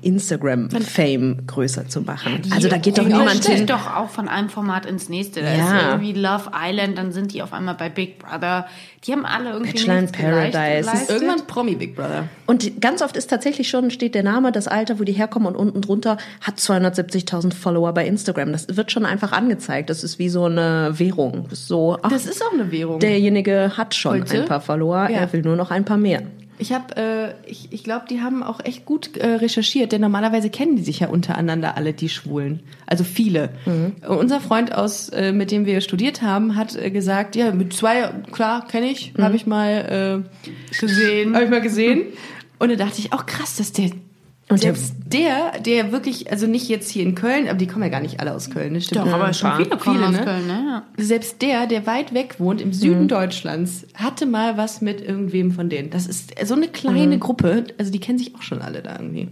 Instagram-Fame größer zu machen. Also da geht doch
Dinge
niemand
schnell.
hin.
doch auch von einem Format ins nächste. Da ist
Ja.
irgendwie Love Island, dann sind die auf einmal bei Big Brother. Die haben alle irgendwie
Bachelor in
nichts geleicht-
Paradise.
geleistet.
Irgendwann Promi Big Brother.
Und ganz oft ist tatsächlich schon, steht der Name, das Alter, wo die herkommen und unten drunter hat 270.000 Follower bei Instagram. Das wird schon einfach angezeigt. Das ist wie so eine Währung. Das ist So, ach,
Das ist auch eine
Mhm.
Währung.
derjenige hat schon
Heute?
ein paar Follower,
Ja.
er will nur noch ein paar mehr.
Ich habe, äh, ich, ich glaube, die haben auch echt gut äh, recherchiert, denn normalerweise kennen die sich ja untereinander alle, die Schwulen. Also viele. Und unser Freund aus, äh, mit dem wir studiert haben, hat äh, gesagt, ja, mit zwei, klar, kenne ich, habe ich mal, äh,
gesehen.
habe ich mal gesehen. Und da dachte ich auch krass, dass der
Und der-
selbst der, der wirklich, also nicht jetzt hier in Köln, aber die kommen ja gar nicht alle aus Köln, ne? Stimmt.
Doch, aber
Ein
schon
paar.
viele kommen aus
ne?
Köln, ne?
Selbst der, der weit weg wohnt, im Süden Deutschlands, hatte mal was mit irgendwem von denen. Das ist so eine kleine Gruppe, also die kennen sich auch schon alle da irgendwie.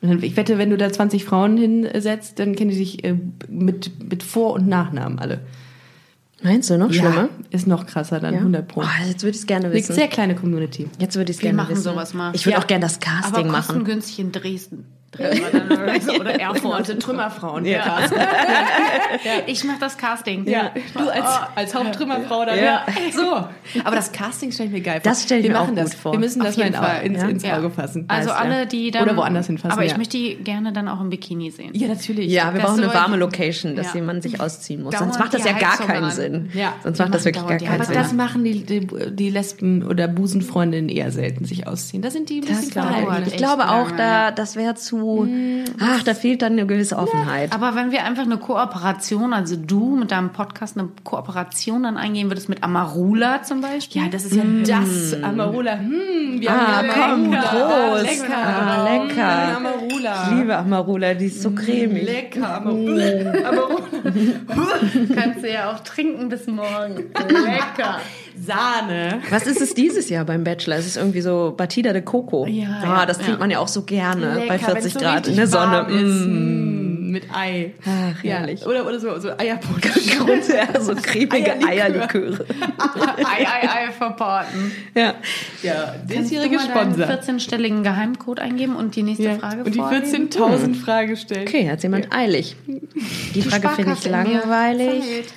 Und dann, ich wette, wenn du da 20 Frauen hinsetzt, dann kennen die sich äh, mit, mit Vor- und Nachnamen alle.
Meinst du noch schlimmer?
Ist noch krasser dann,
Ja.
100 Pro.
Oh, jetzt würde ich es gerne
Eine
wissen.
sehr kleine Community.
Jetzt würde ich es
Wir
gerne
machen
wissen.
sowas mal.
Ich würde
Ja.
auch gerne das Casting
aber
machen.
kostengünstig in Dresden. Oder Erfurt.
Also Trümmerfrauen.
Ich mache das Casting.
Ja. Du als, als Haupttrümmerfrau dann.
Ja.
So. Aber das Casting stelle ich mir geil vor.
Das stell ich
wir
mir auch
machen das.
gut vor.
Wir müssen das
Auf
mal in,
jeden Fall.
ins,
Ja.
ins
Ja.
Auge fassen.
Also
Weißt, ja.
alle, die dann...
Oder woanders hinfassen.
Aber
ja.
ich möchte die gerne dann auch im Bikini sehen.
Ja, natürlich.
Ja, wir
Das
brauchen eine
soll-
warme Location, dass
Ja.
jemand sich ausziehen muss.
Dauernd
Sonst macht das
die
ja gar
Heizung
keinen
an.
Sinn.
Ja.
Sonst
Wir
macht das
machen
wirklich gar
dauernd die
keinen
Aber
Heizung
Sinn.
an.
das machen die, die, die Lesben- oder Busenfreundinnen eher selten, sich ausziehen. Da sind die ein bisschen
glaube ich.
verhalten.
Ich
echt
glaube auch,
lange,
da, das wäre zu. Ach, da fehlt dann eine gewisse Offenheit.
Aber wenn wir einfach eine Kooperation, also du mit deinem Podcast eine Kooperation dann eingehen würdest mit Amarula zum Beispiel. Hm.
Ja, das ist ja das Amarula. Hm, wir
Ah,
haben
komm,
Amarula.
groß.
Lecker.
Ah, lecker.
Amarula.
Ich liebe Amarula, die ist so cremig.
Lecker, Amarula. Amarula.
kannst du ja auch trinken bis morgen. Lecker.
Sahne.
Was ist es dieses Jahr beim Bachelor? Es ist irgendwie so Batida de Coco.
Ja,
ah,
ja,
das trinkt
ja.
man ja auch so gerne bei
Lecker,
40
wenn's so
Grad in
richtig
der Sonne.
warm
Mm.
Mm, mit Ei.
Ach, herrlich.
Ja. Oder, oder so, so Eierbrot.
Genau,
Grunde, ja, so cremige
Eierlikör.
Eierliköre.
Ei, ei, ei verporten.
Ja.
Ja,
Kannst
diesjährige
du mal deinen
Sponsor.
14-stelligen Geheimcode eingeben und die nächste
Ja.
Frage
Und die
vorlesen?
14.000 Frage stellen.
Okay, hat jemand eilig. Die Frage finde ich
Sparkasse in mir
langweilig.
verhält.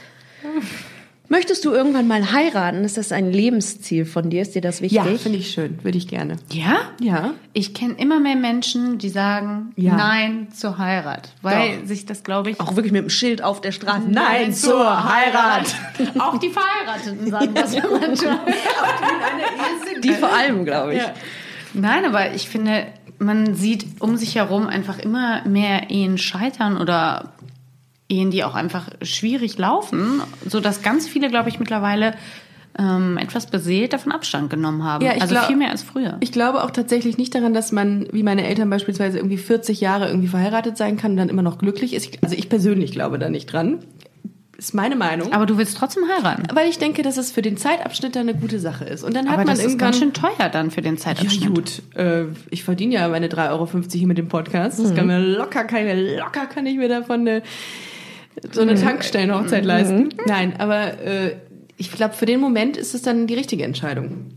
Möchtest du irgendwann mal heiraten? Ist das ein Lebensziel von dir? Ist dir das
Ja,
wichtig?
finde ich schön. Würde ich gerne.
Ja?
Ja.
Ich kenne immer mehr Menschen, die sagen
Ja.
Nein zur Heirat, weil sich das, glaube ich,
auch wirklich mit dem Schild auf der Straße. Nein,
Auch die Verheirateten sagen das manchmal.
Die vor allem, glaube ich.
Nein, aber ich finde, man sieht um sich herum einfach immer mehr Ehen scheitern oder Ehen, die auch einfach schwierig laufen, so dass ganz viele, glaube ich, mittlerweile ähm, etwas beseelt davon Abstand genommen haben.
Ja, ich
also
glaub-
viel mehr als früher.
Ich glaube auch tatsächlich nicht daran, dass man, wie meine Eltern beispielsweise, irgendwie 40 Jahre irgendwie verheiratet sein kann und dann immer noch glücklich ist. Ich- Also ich persönlich glaube da nicht dran. Ist meine Meinung.
aber du willst trotzdem heiraten.
weil ich denke, dass es für den Zeitabschnitt dann eine gute Sache ist. Und dann hat
Aber
man
das ist
irgendwann
ganz schön teuer dann für den
Ja,
Zeitabschnitt.
gut. Äh, ich verdiene ja meine 3,50 Euro hier mit dem Podcast. Das kann mir locker, kann ich mir, locker kann ich mir davon eine, so eine Tankstellenhochzeit leisten. Nein, aber äh, ich glaube, für den Moment ist es dann die richtige Entscheidung.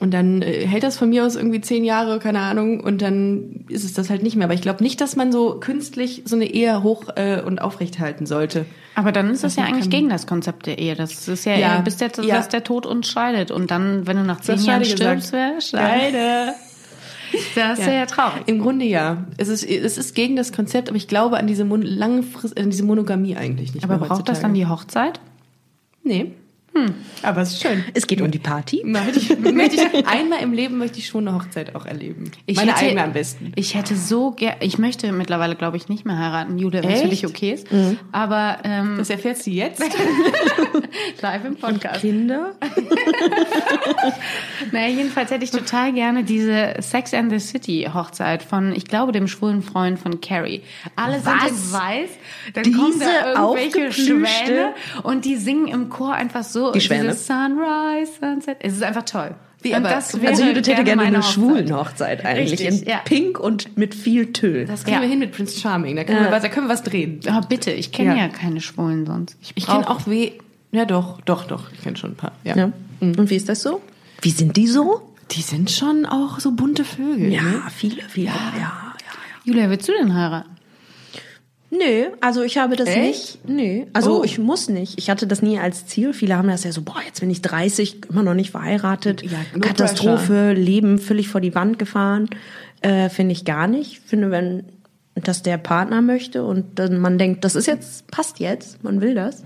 Und dann äh, hält das von mir aus irgendwie zehn Jahre, keine Ahnung, und dann ist es das halt nicht mehr. Aber ich glaube nicht, dass man so künstlich so eine Ehe hoch äh, und aufrecht halten sollte.
Aber dann ist das ja eigentlich gegen das Konzept der Ehe. Das ist ja,
Ja.
eher, bis der,
Ja.
dass der Tod uns scheidet. Und dann, wenn du nach zehn
hast du
Jahren
gerade gesagt.
stirbst, wäre scheiße. Das ist ja, ja traurig.
Im Grunde ja. Es ist, es ist gegen das Konzept, aber ich glaube an diese, Mon langfrist an diese Monogamie eigentlich nicht
Aber
mehr
braucht das
heutzutage.
dann die Hochzeit?
Nee. Aber es ist schön.
Es geht um die Party.
Möchte ich, möchte ich, einmal im Leben möchte ich schon eine Hochzeit auch erleben. Meine
hätte-
eigene am besten.
Ich hätte so gerne, ich möchte mittlerweile, glaube ich, nicht mehr heiraten, Jude, wenn es
Echt?
für
Mhm.
dich okay ist. Aber ähm,
Das erfährst du jetzt.
live im Podcast.
Kinder?
Naja, jedenfalls hätte ich total gerne diese Sex and the City Hochzeit von, ich glaube, dem schwulen Freund von Carrie. Alle sind in weiß, dann kommen
Diese
da irgendwelche
aufgeplüschte-
Schwäne und die singen im Chor einfach so.
Die Schwäne.
Dieses Sunrise, Sunset. Es ist einfach toll.
Wie,
und
aber-
das wäre
Also Judith hätte gerne
meine
eine
Hochzeit.
Schwulenhochzeit eigentlich.
Richtig,
in
ja.
Pink und mit viel Tüll.
Das kriegen
Ja.
wir hin mit Prince Charming. Da können, wir, was- da können wir was drehen.
Oh, bitte, ich kenne
Ja.
ja. keine Schwulen sonst.
Ich
brauch-
kenne auch weh. Ja, doch, doch, doch. Ich kenne schon ein paar. Ja.
Ja. Und wie ist das so? Wie sind die so?
Die sind schon auch so bunte Vögel. Ne?
viele, viele. Ja, ja.
Julia, willst du denn heiraten?
Nö, also ich habe das
Echt?
nicht. Nö, also
Oh.
ich muss nicht. Ich hatte das nie als Ziel. Viele haben das ja so, boah, jetzt bin ich 30, immer noch nicht verheiratet.
Ja, no
Katastrophe, Leben völlig vor die Wand gefahren. Äh, Finde ich gar nicht. Finde, wenn das der Partner möchte und dann man denkt, das ist jetzt, passt jetzt, man will das,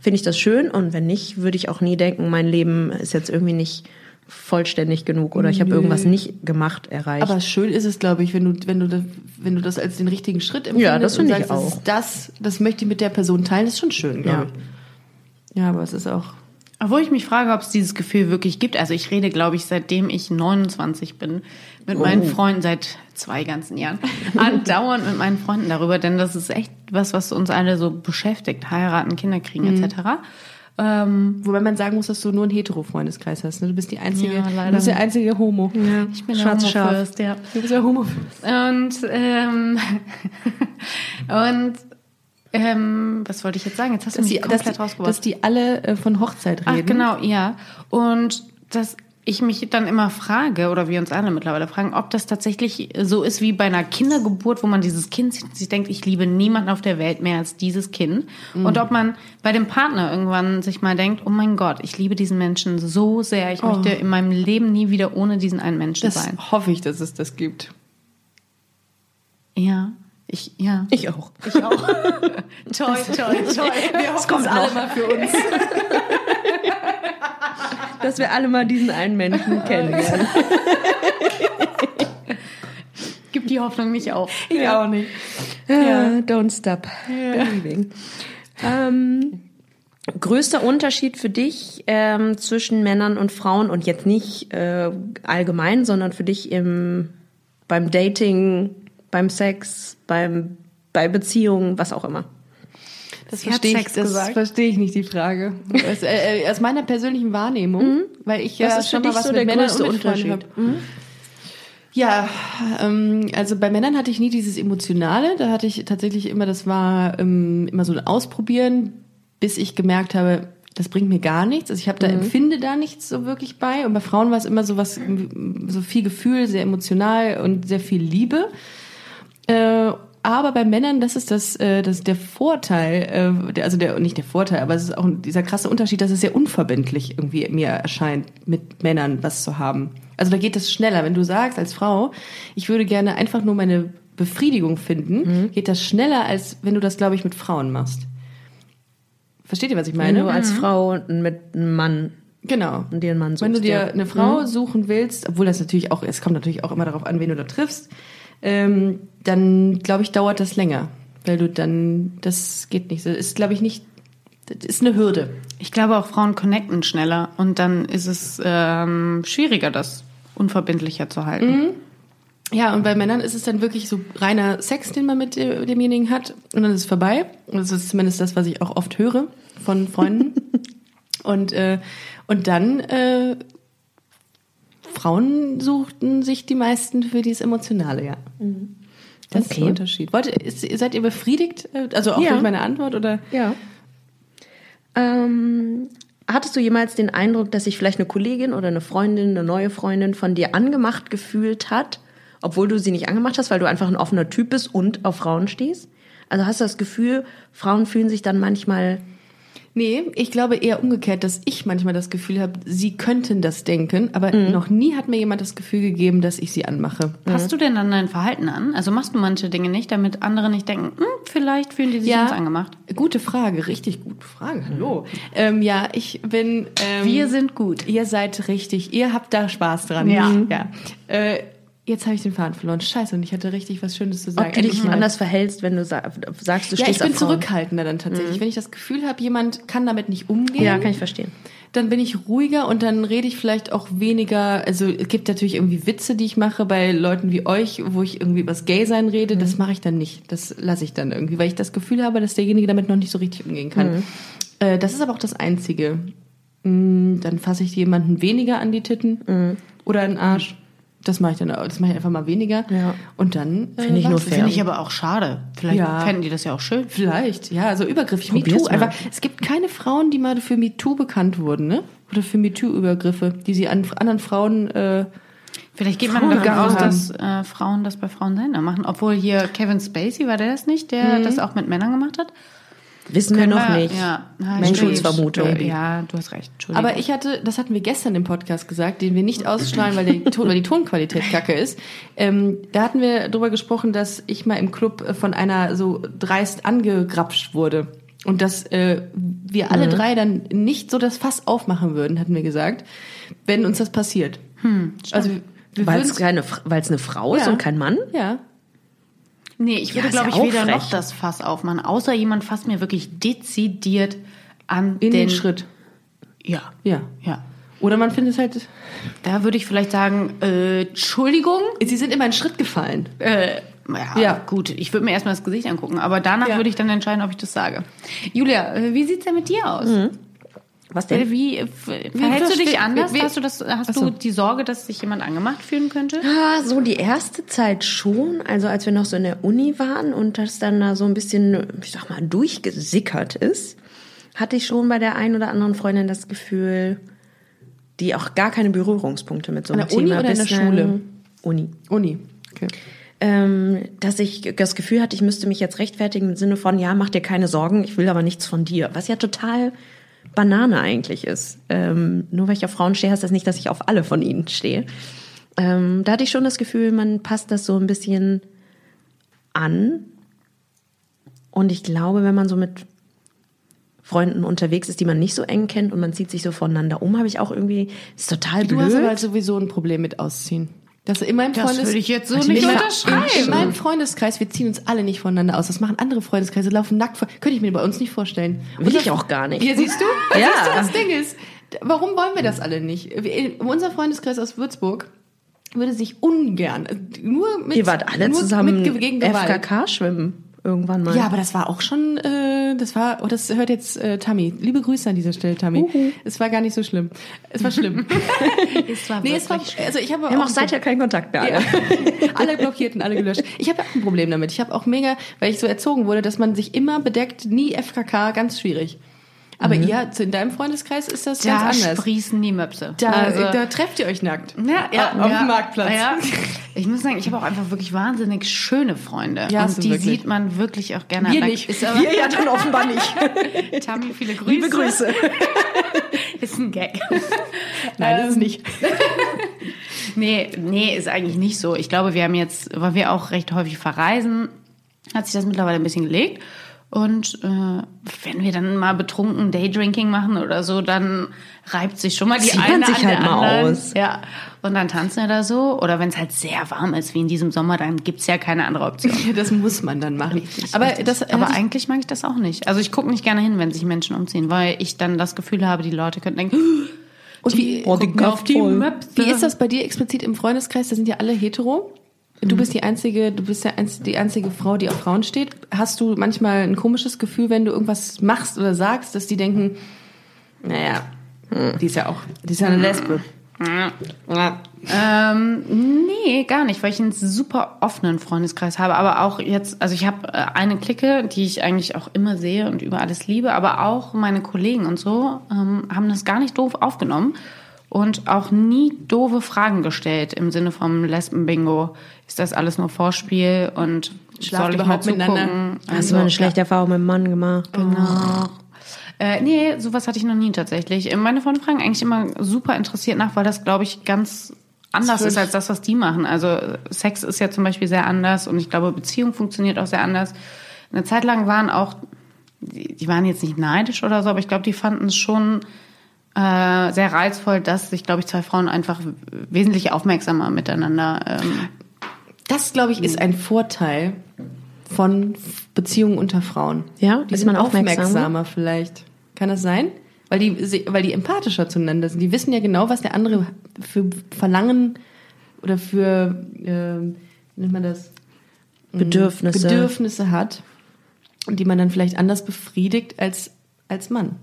finde ich das schön. Und wenn nicht, würde ich auch nie denken, mein Leben ist jetzt irgendwie nicht vollständig genug oder ich habe irgendwas nicht gemacht, erreicht.
Aber schön ist es, glaube ich, wenn du, wenn, du das, wenn du das als den richtigen Schritt empfindest
Ja, das
und
finde ich
sagst, das,
auch.
ist das, das möchte ich mit der Person teilen, das ist schon schön, glaube
Ja.
ich. Ja, aber es ist auch
Obwohl ich mich frage, ob es dieses Gefühl wirklich gibt. Also ich rede, glaube ich, seitdem ich 29 bin, mit meinen
Oh.
Freunden seit zwei ganzen Jahren, andauernd mit meinen Freunden darüber, denn das ist echt was, was uns alle so beschäftigt. Heiraten, Kinder kriegen
Mhm.
etc. Ähm,
Wobei man sagen muss, dass du nur einen hetero-Freundeskreis hast. Ne? Du bist die einzige,
Ja, leider.
du bist der einzige Homo.
ich bin
Schwarze
der
Schaf.
Homo First, ja.
Du bist ja Homo.
Und, ähm, und ähm, was wollte ich jetzt sagen? Jetzt hast du
Dass
mich
die, dass,
komplett genau.
die,
rausgeworfen.
dass die alle äh, von Hochzeit
Ach,
reden.
genau, ja. Und das ich mich dann immer frage, oder wir uns alle mittlerweile fragen, ob das tatsächlich so ist wie bei einer Kindergeburt, wo man dieses Kind sieht und sich denkt, ich liebe niemanden auf der Welt mehr als dieses Kind. Und ob man bei dem Partner irgendwann sich mal denkt, oh mein Gott, ich liebe diesen Menschen so sehr, ich möchte in meinem Leben nie wieder ohne diesen einen Menschen
Das
sein.
hoffe ich, dass es das gibt.
Ja, ich, ja.
Ich auch.
Ich auch. toi, toi, toi.
Wir hoffen kommt es alle mal für uns.
Dass wir alle mal diesen einen Menschen kennen.
Gib die Hoffnung nicht auf.
Ich auch nicht.
Ja. Don't stop believing. Ähm, größter Unterschied für dich ähm, zwischen Männern und Frauen und jetzt nicht äh, allgemein, sondern für dich im, beim Dating, beim Sex, beim, bei Beziehungen, was auch immer.
Das
Sie hat
verstehe ich,
Sex
das
gesagt.
verstehe ich nicht, die Frage. Aus, äh, äh, aus meiner persönlichen Wahrnehmung, weil ich
Was
ja
Mhm. ist für
schon mal
dich
was
so
mit
der
Männern und
größte
mit Frauen
Unterschied?
hab. Mhm. Ja, ähm, also bei Männern hatte ich nie dieses Emotionale. Da hatte ich tatsächlich immer, das war ähm, immer so ein Ausprobieren, bis ich gemerkt habe, das bringt mir gar nichts. Also ich habe da
Mhm.
empfinde da nichts so wirklich bei. Und bei Frauen war es immer so was, ähm, so viel Gefühl, sehr emotional und sehr viel Liebe. Äh, aber bei Männern, das ist das, äh, das ist der Vorteil, äh, der, also der nicht der Vorteil, aber es ist auch ein- dieser krasse Unterschied, dass es sehr unverbindlich irgendwie mir erscheint, mit Männern was zu haben. Also da geht es schneller, wenn du sagst als Frau, ich würde gerne einfach nur meine Befriedigung finden, geht das schneller als wenn du das, glaube ich, mit Frauen machst. Versteht ihr, was ich
Wenn
meine?
du als Frau mit einem Mann
Genau.
dir einen Mann suchst,
Wenn du dir
ja. Mhm.
eine Frau suchen willst, obwohl das natürlich auch, es kommt natürlich auch immer darauf an, wen du da triffst, ähm, dann glaube ich, dauert das länger. Weil du dann, das geht nicht. Das ist, glaube ich, nicht, das ist eine Hürde.
Ich glaube, auch Frauen connecten schneller und dann ist es ähm, schwieriger, das unverbindlicher zu halten.
Ja, und bei Männern ist es dann wirklich so reiner Sex, den man mit äh, demjenigen hat. Und dann ist es vorbei. Und das ist zumindest das, was ich auch oft höre von Freunden. und, äh, und dann, äh, Frauen suchten sich die meisten für dieses Emotionale, ja. Das ist der
Mhm. Okay.
Unterschied. Wollt, ihr- ist, seid ihr befriedigt? Äh, Also auch
Ja.
durch meine Antwort oder?
Ja. Ähm, hattest du jemals den Eindruck, dass sich vielleicht eine Kollegin oder eine Freundin, eine neue Freundin von dir angemacht gefühlt hat, obwohl du sie nicht angemacht hast, weil du einfach ein offener Typ bist und auf Frauen stehst? Also hast du das Gefühl, Frauen fühlen sich dann manchmal
Nee, ich glaube eher umgekehrt, dass ich manchmal das Gefühl habe, sie könnten das denken, aber
Mhm.
noch nie hat mir jemand das Gefühl gegeben, dass ich sie anmache.
Passt du denn dann dein Verhalten an? Also machst du manche Dinge nicht, damit andere nicht denken, hm, vielleicht fühlen die sich uns angemacht. Mhm.
Gute Frage, richtig gute Frage. Hallo. Ähm, ja, ich bin. Ähm,
Wir sind gut.
Ihr seid richtig. Ihr habt da Spaß dran.
Ja.
ja. Äh, jetzt habe ich den Faden verloren. Scheiße, und ich hatte richtig was Schönes zu sagen.
ob du dich
Endlich mal.
anders verhältst, wenn du sa- sagst, du
Ja, ich
stehst
bin
auf Frauen?
zurückhaltender dann
Mhm.
tatsächlich. Wenn ich das Gefühl habe, jemand kann damit nicht umgehen,
Ja, kann ich verstehen.
dann bin ich ruhiger und dann rede ich vielleicht auch weniger. Also es gibt natürlich irgendwie Witze, die ich mache bei Leuten wie euch, wo ich irgendwie über das Gay-Sein rede.
Mhm.
Das mache ich dann nicht. Das lasse ich dann irgendwie, weil ich das Gefühl habe, dass derjenige damit noch nicht so richtig umgehen kann.
Mhm.
Äh, das ist aber auch das Einzige. Mm, Dann fasse ich jemanden weniger an die Titten
Mhm.
oder an den Arsch. Das mache ich dann, das mache ich einfach mal weniger.
Ja.
Und dann äh,
Finde ich nur
war's das.
fair.
Finde ich aber auch schade. Vielleicht
Ja.
fänden die das ja auch schön.
Vielleicht, ja, also übergriffig.
Probier's
MeToo,
mal.
einfach. Es gibt keine Frauen, die mal für MeToo bekannt wurden, ne? Oder für MeToo-Übergriffe, die sie an anderen Frauen. Äh,
Vielleicht geht man davon
Frauen
aus,
haben.
dass äh, Frauen das bei Frauen seltener machen. Obwohl hier Kevin Spacey, war der das nicht, der das auch mit Männern gemacht hat?
Wissen wir noch
Ja,
nicht.
Ja. Ah,
Menschenrechtsvermutung.
stimmt. Ja, du hast recht. Entschuldigung.
aber ich hatte, das hatten wir gestern im Podcast gesagt, den wir nicht ausstrahlen, weil, der Ton, weil die Tonqualität kacke ist. Ähm, da hatten wir drüber gesprochen, dass ich mal im Club äh, von einer so dreist angegrapscht wurde. Und dass äh, wir
Mhm.
alle drei dann nicht so das Fass aufmachen würden, hatten wir gesagt, wenn uns das passiert.
Hm,
also wir
Weil es
würden's-
keine Fr- weil es eine Frau ist
Ja.
und kein Mann?
ja,
Nee, ich würde,
Ja, ist
glaube
ja
ich,
auch
weder
frech.
noch das Fass aufmachen, außer jemand fasst mir wirklich dezidiert an
in den Schritt.
Ja.
Ja.
Ja.
Oder man findet halt,
Da würde ich vielleicht sagen, äh, Entschuldigung.
sie sind immer einen Schritt gefallen.
Äh, ja,
Ja.
gut, ich würde mir erstmal das Gesicht angucken, aber danach
Ja.
würde ich dann entscheiden, ob ich das sage. Julia, äh, wie sieht's denn mit dir aus?
Was denn?
Äh, Wie, äh, verhältst du
verste-
dich anders?
wie-
hast du, das, hast
Achso.
du die Sorge, dass sich jemand angemacht fühlen könnte?
Ja, Ah, so die erste Zeit schon, also als wir noch so in der Uni waren und das dann da so ein bisschen, ich sag mal, durchgesickert ist, hatte ich schon bei der einen oder anderen Freundin das Gefühl, die auch gar keine Berührungspunkte mit so
An
einem
der Uni
Thema
oder in der
bislang-
Schule?
Uni.
Uni. Okay.
Ähm, dass ich das Gefühl hatte, ich müsste mich jetzt rechtfertigen im Sinne von, ja, mach dir keine Sorgen, ich will aber nichts von dir. Was ja total Banane eigentlich ist. Ähm, nur weil ich auf Frauen stehe, heißt das nicht, dass ich auf alle von ihnen stehe. Ähm, da hatte ich schon das Gefühl, man passt das so ein bisschen an. Und ich glaube, wenn man so mit Freunden unterwegs ist, die man nicht so eng kennt und man zieht sich so voneinander um, habe ich auch irgendwie, ist total
Du
blöd.
hast aber sowieso ein Problem mit Ausziehen. Das in meinem
Das
Freundes
würde ich jetzt so
in
nicht
meinem-
unterschreiben.
In meinem Freundeskreis, wir ziehen uns alle nicht voneinander aus. Das machen andere Freundeskreise, laufen nackt vor. Könnte ich mir bei uns nicht vorstellen.
Will
Unser-
ich auch gar nicht.
Ja, siehst du?
Ja.
Siehst du, das Ding ist, d- warum wollen wir das alle nicht? Wir- Unser Freundeskreis aus Würzburg würde sich ungern, äh, nur mit,
Ihr wart alle
nur
zusammen
mit, Ge- gegen Gewalt.
FKK schwimmen irgendwann mal.
Ja, aber das war auch schon, äh, das war, oh, das hört jetzt äh, Tammy. Liebe Grüße an dieser Stelle, Tammy. Es war gar nicht so schlimm. Es war schlimm.
Es war
nee, es war, also ich habe
wir haben auch
ein
seither keinen Kontakt mehr.
ja.
alle.
alle blockierten, alle gelöscht. Ich habe ja auch ein Problem damit. Ich habe auch mega, weil ich so erzogen wurde, dass man sich immer bedeckt, nie FKK, ganz schwierig. Aber ihr, zu- in deinem Freundeskreis ist das
Mhm. Da
ganz anders.
sprießen die Möpse.
Da,
Also-
da trefft ihr euch nackt.
Ja, ja,
Auf
ja,
dem Marktplatz.
Ja. Ich muss sagen, ich habe auch einfach wirklich wahnsinnig schöne Freunde.
Ja, hast du
und die
wirklich.
sieht man wirklich auch gerne.
Wir
an der-
nicht.
Ist aber,
ja, dann offenbar nicht.
Tammy, viele Grüße.
Liebe Grüße.
Ist ein Gag.
Nein,
Ähm.
das ist nicht.
Nee, nee, ist eigentlich nicht so. Ich glaube, wir haben jetzt, weil wir auch recht häufig verreisen, hat sich das mittlerweile ein bisschen gelegt. Und äh, wenn wir dann mal betrunken Daydrinking machen oder so, dann reibt sich schon mal die
Zieht man
eine
sich
an
halt
der
mal
anderen.
aus.
Ja. Und dann tanzen wir da so. Oder wenn es halt sehr warm ist, wie in diesem Sommer, dann gibt's ja keine andere Option.
Das muss man dann machen. aber das,
aber
hatte ich-
eigentlich mag ich das auch nicht. Also ich gucke nicht gerne hin, wenn sich Menschen umziehen, weil ich dann das Gefühl habe, die Leute könnten denken,
und wie,
oh, die, auf die Möpse.
wie ist das bei dir explizit im Freundeskreis? Da sind ja alle hetero. Du bist die einzige, du bist ja einz- die einzige Frau, die auf Frauen steht. Hast du manchmal ein komisches Gefühl, wenn du irgendwas machst oder sagst, dass die denken, naja, hm, die ist ja auch, die ist ja eine Lesbe.
Ähm, nee, gar nicht, weil ich einen super offenen Freundeskreis habe. Aber auch jetzt, also ich habe äh, eine Clique, die ich eigentlich auch immer sehe und über alles liebe, aber auch meine Kollegen und so ähm, haben das gar nicht doof aufgenommen und auch nie doofe Fragen gestellt im Sinne vom Lesben-Bingo. Ist das alles nur Vorspiel und
Schlaft
soll ich mal
überhaupt
zugucken?
miteinander?
Hast
Also,
du mal Ah, eine schlechte Erfahrung mit dem Mann gemacht?
Genau. Äh, nee, sowas hatte ich noch nie tatsächlich. Äh, Meine Freunde fragen eigentlich immer super interessiert nach, weil das, glaube ich, ganz anders
Das
ist als das, was die machen. Also äh, Sex ist ja zum Beispiel sehr anders und ich glaube, Beziehung funktioniert auch sehr anders. Eine Zeit lang waren auch, die, die waren jetzt nicht neidisch oder so, aber ich glaube, die fanden es schon äh, sehr reizvoll, dass sich, glaube ich, zwei Frauen einfach wesentlich aufmerksamer miteinander ähm,
Das, glaube ich,
Mhm.
ist ein Vorteil von F- Beziehungen unter Frauen.
Ja,
die
ist
sind
man aufmerksamer?
vielleicht. Kann das sein? Weil die, sie- weil die empathischer zueinander sind. Die wissen ja genau, was der andere für Verlangen oder für, ähm, wie nennt man das?
Mhm. Bedürfnisse.
Bedürfnisse hat. Und die man dann vielleicht anders befriedigt als, als Mann.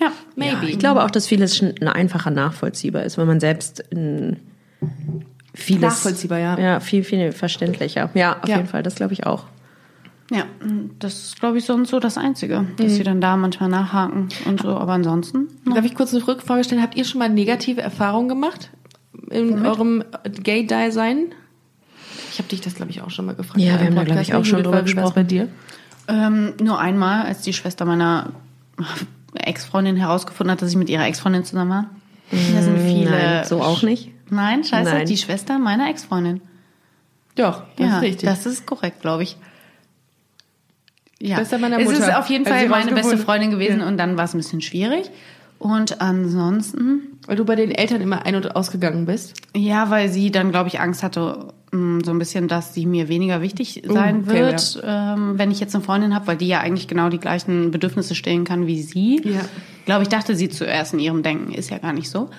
ja,
Ja, ich glaube auch, dass vieles schn- einfacher nachvollziehbar ist, wenn man selbst in vieles...
Nachvollziehbar, ja.
Ja, viel, viel verständlicher. Ja, auf
Ja.
jeden Fall, das glaube ich auch.
Ja, das ist, glaube ich, so und so das Einzige, dass
Mhm.
sie dann da manchmal nachhaken und so. Aber ansonsten,
Darf ich kurz eine Rückfrage stellen? Habt ihr schon mal negative Erfahrungen gemacht in eurem Gay-Dasein? Ich habe dich das, glaube ich, auch schon mal gefragt.
Ja,
in
wir
einem
haben da, glaub
Podcast.
ich, auch schon
Wie
drüber
war das bei dir?
ähm, nur einmal, als die Schwester meiner Ex-Freundin herausgefunden hat, dass ich mit ihrer Ex-Freundin zusammen war.
Mhm.
Da sind viele.
Nein, so auch nicht.
Nein, scheiße,
Nein.
die Schwester meiner Ex-Freundin.
Doch, das
Ja,
ist richtig.
das ist korrekt, glaube ich. Ja,
Schwester meiner
es ist
Mutter,
auf jeden
als
Fall
sie
meine beste
rausgefunden-
Freundin gewesen und dann war es ein bisschen schwierig. Und ansonsten
Weil du bei den Eltern immer ein- und ausgegangen bist.
Ja, weil sie dann, glaube ich, Angst hatte, mh, so ein bisschen, dass sie mir weniger wichtig sein
Oh, okay,
wird, ähm, wenn ich jetzt eine Freundin habe, weil die ja eigentlich genau die gleichen Bedürfnisse stillen kann wie sie.
Ja.
Glaube ich, dachte sie zuerst in ihrem Denken, ist ja gar nicht so.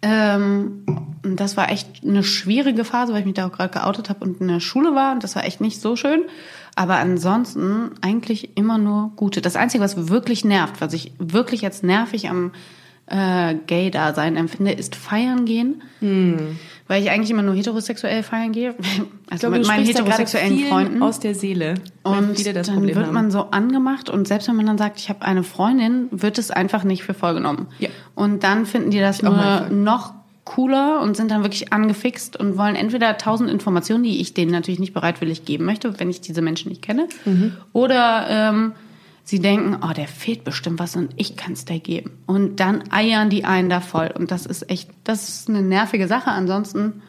Ähm, und das war echt eine schwierige Phase, weil ich mich da auch gerade geoutet habe und in der Schule war. Und das war echt nicht so schön. Aber ansonsten eigentlich immer nur gute. Das Einzige, was wirklich nervt, was ich wirklich jetzt nervig am äh, Gay-Dasein empfinde, ist feiern gehen.
Hm.
Weil ich eigentlich immer nur heterosexuell feiern gehe. Also
glaube,
mit
du
meinen
sprichst da gerade
heterosexuellen
vielen
Freunden.
aus der Seele. weil
Und
viele das
dann
Problem
wird
haben.
man so angemacht und selbst wenn man dann sagt, ich habe eine Freundin, wird es einfach nicht für voll genommen.
Ja.
Und dann finden die das
mein
nur
Fall.
noch cooler und sind dann wirklich angefixt und wollen entweder tausend Informationen, die ich denen natürlich nicht bereitwillig geben möchte, wenn ich diese Menschen nicht kenne,
Mhm.
oder ähm, sie denken, oh, der fehlt bestimmt was und ich kann es dir geben. Und dann eiern die einen da voll und das ist echt, das ist eine nervige Sache. Ansonsten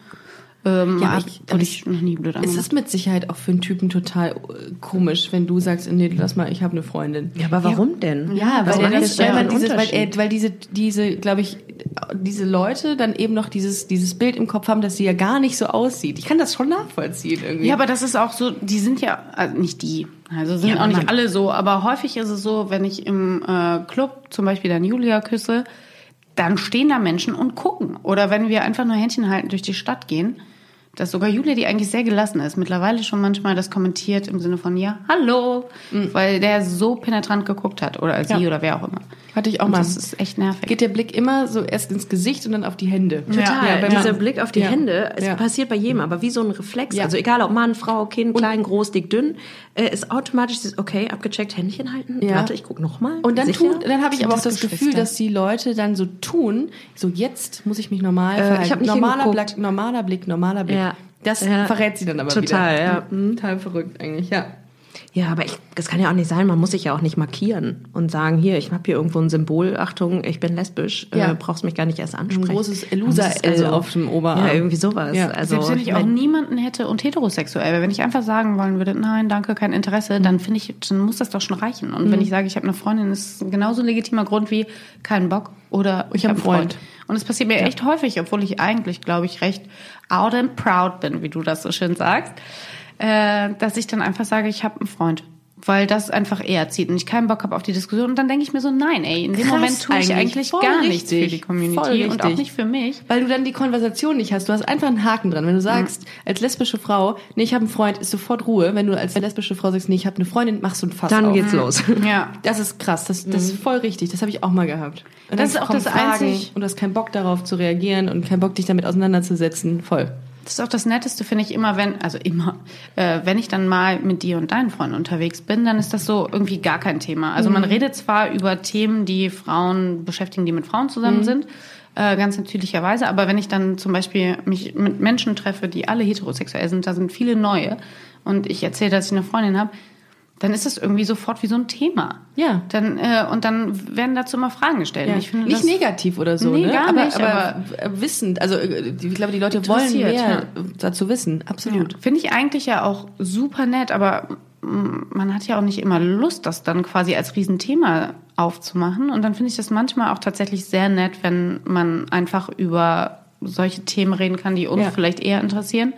ähm,
Ja, aber
hab-
ich-
wurde ich noch nie blöd
Es
angemacht.
ist mit Sicherheit auch für einen Typen total äh, komisch, wenn du sagst, nee, lass mal, ich habe eine Freundin.
Ja, aber warum denn?
Ja,
Was
weil,
macht
er
jetzt
das, weil,
daran
man dieses, weil,
Unterschied?
er, weil diese, diese glaube ich, diese Leute dann eben noch dieses, dieses Bild im Kopf haben, dass sie ja gar nicht so aussieht. Ich kann das schon nachvollziehen irgendwie.
Ja, aber das ist auch so, die sind ja, also nicht die, also sind auch nicht alle so, aber häufig ist es so, wenn ich im äh, Club zum Beispiel dann Julia küsse, dann stehen da Menschen und gucken. Oder wenn wir einfach nur Händchen halten durch die Stadt gehen, dass sogar Julia, die eigentlich sehr gelassen ist, mittlerweile schon manchmal das kommentiert im Sinne von, ja, hallo, weil der so penetrant geguckt hat oder sie
Mhm. Ja.
oder wer auch immer.
Hatte ich auch
Und
mal.
Das ist echt nervig.
geht der Blick immer so erst ins Gesicht und dann auf die Hände.
Ja,
Total.
wenn
Dieser
man-
Blick auf die
Ja.
Hände, es
Ja.
passiert bei jedem, aber wie so ein Reflex.
Ja.
Also egal ob Mann, Frau, Kind, klein, groß, dick, dünn, äh, ist automatisch dieses, okay, abgecheckt, Händchen halten.
Ja.
Warte, ich guck nochmal.
Und dann, tun, dann habe ich
Sind
aber auch
das
das Gefühl,
Geschwister?
dass die Leute dann so tun, so jetzt muss ich mich normal
Äh, ich
verhalten.
hab nicht
normaler
hingeguckt.
Blick, normaler Blick, normaler Blick.
Ja.
Das
Ja.
verrät sie dann aber
Total,
wieder.
ja.
Mhm. Total verrückt eigentlich, ja.
Ja, aber ich, das kann ja auch nicht sein. Man muss sich ja auch nicht markieren und sagen, hier, ich habe hier irgendwo ein Symbol, Achtung, ich bin lesbisch,
Ja.
äh, brauchst mich gar nicht erst ansprechen. Also,
großes Loser-L auf dem Oberarm.
Ja, irgendwie sowas.
Ja.
Also,
Selbst wenn ich,
ich
auch
mein,
niemanden hätte und heterosexuell wäre, wenn ich einfach sagen wollen würde, nein, danke, kein Interesse, dann finde ich, dann muss das doch schon reichen. Und
Mhm.
wenn ich sage, ich habe eine Freundin, ist genauso legitimer Grund wie keinen Bock oder ich,
hab einen
habe einen Freund.
Freund.
Und es passiert mir echt häufig, obwohl ich eigentlich, glaube ich, recht out and proud bin, wie du das so schön sagst, äh, dass ich dann einfach sage, ich habe einen Freund. Weil das einfach eher zieht und ich keinen Bock habe auf die Diskussion. Und dann denke ich mir so, nein, ey, in dem
Krass
Moment tue ich
eigentlich.
eigentlich
Voll
gar
richtig.
nichts für die
Voll
Community
richtig.
und auch nicht für mich.
Weil du dann die Konversation nicht hast. Du hast einfach einen Haken dran. Wenn du sagst, als lesbische Frau, nee, ich habe einen Freund, ist sofort Ruhe. Wenn du als lesbische Frau sagst, nee, ich habe eine Freundin, machst du ein Fass
dann
auf. Mhm.
geht's los.
Ja,
Das ist krass, das, das ist voll richtig, das habe ich auch mal gehabt. Und
Mhm. Das
dann
ist auch
kommen
das
Fragen
einzig-
Und du hast keinen Bock darauf zu reagieren und keinen Bock, dich damit auseinanderzusetzen. Voll.
Das ist auch das Netteste, finde ich, immer wenn, also immer, äh, wenn ich dann mal mit dir und deinen Freunden unterwegs bin, dann ist das so irgendwie gar kein Thema. Also man redet zwar über Themen, die Frauen beschäftigen, die mit Frauen zusammen sind, äh, ganz natürlicherweise, aber wenn ich dann zum Beispiel mich mit Menschen treffe, die alle heterosexuell sind, da sind viele neue und ich erzähle, dass ich eine Freundin habe, dann ist das irgendwie sofort wie so ein Thema.
Ja.
Dann, äh, und dann werden dazu immer Fragen gestellt. Und Ich finde
nicht
das,
negativ oder so,
Nee,
ne?
gar
aber,
nicht,
aber, äh, wissend, also äh, ich glaube, die Leute wollen mehr
Interessiert, ja.
dazu wissen, absolut.
Ja. Finde ich eigentlich ja auch super nett, aber mm, man hat ja auch nicht immer Lust, das dann quasi als Riesenthema aufzumachen. Und dann finde ich das manchmal auch tatsächlich sehr nett, wenn man einfach über solche Themen reden kann, die uns
Ja.
vielleicht eher interessieren,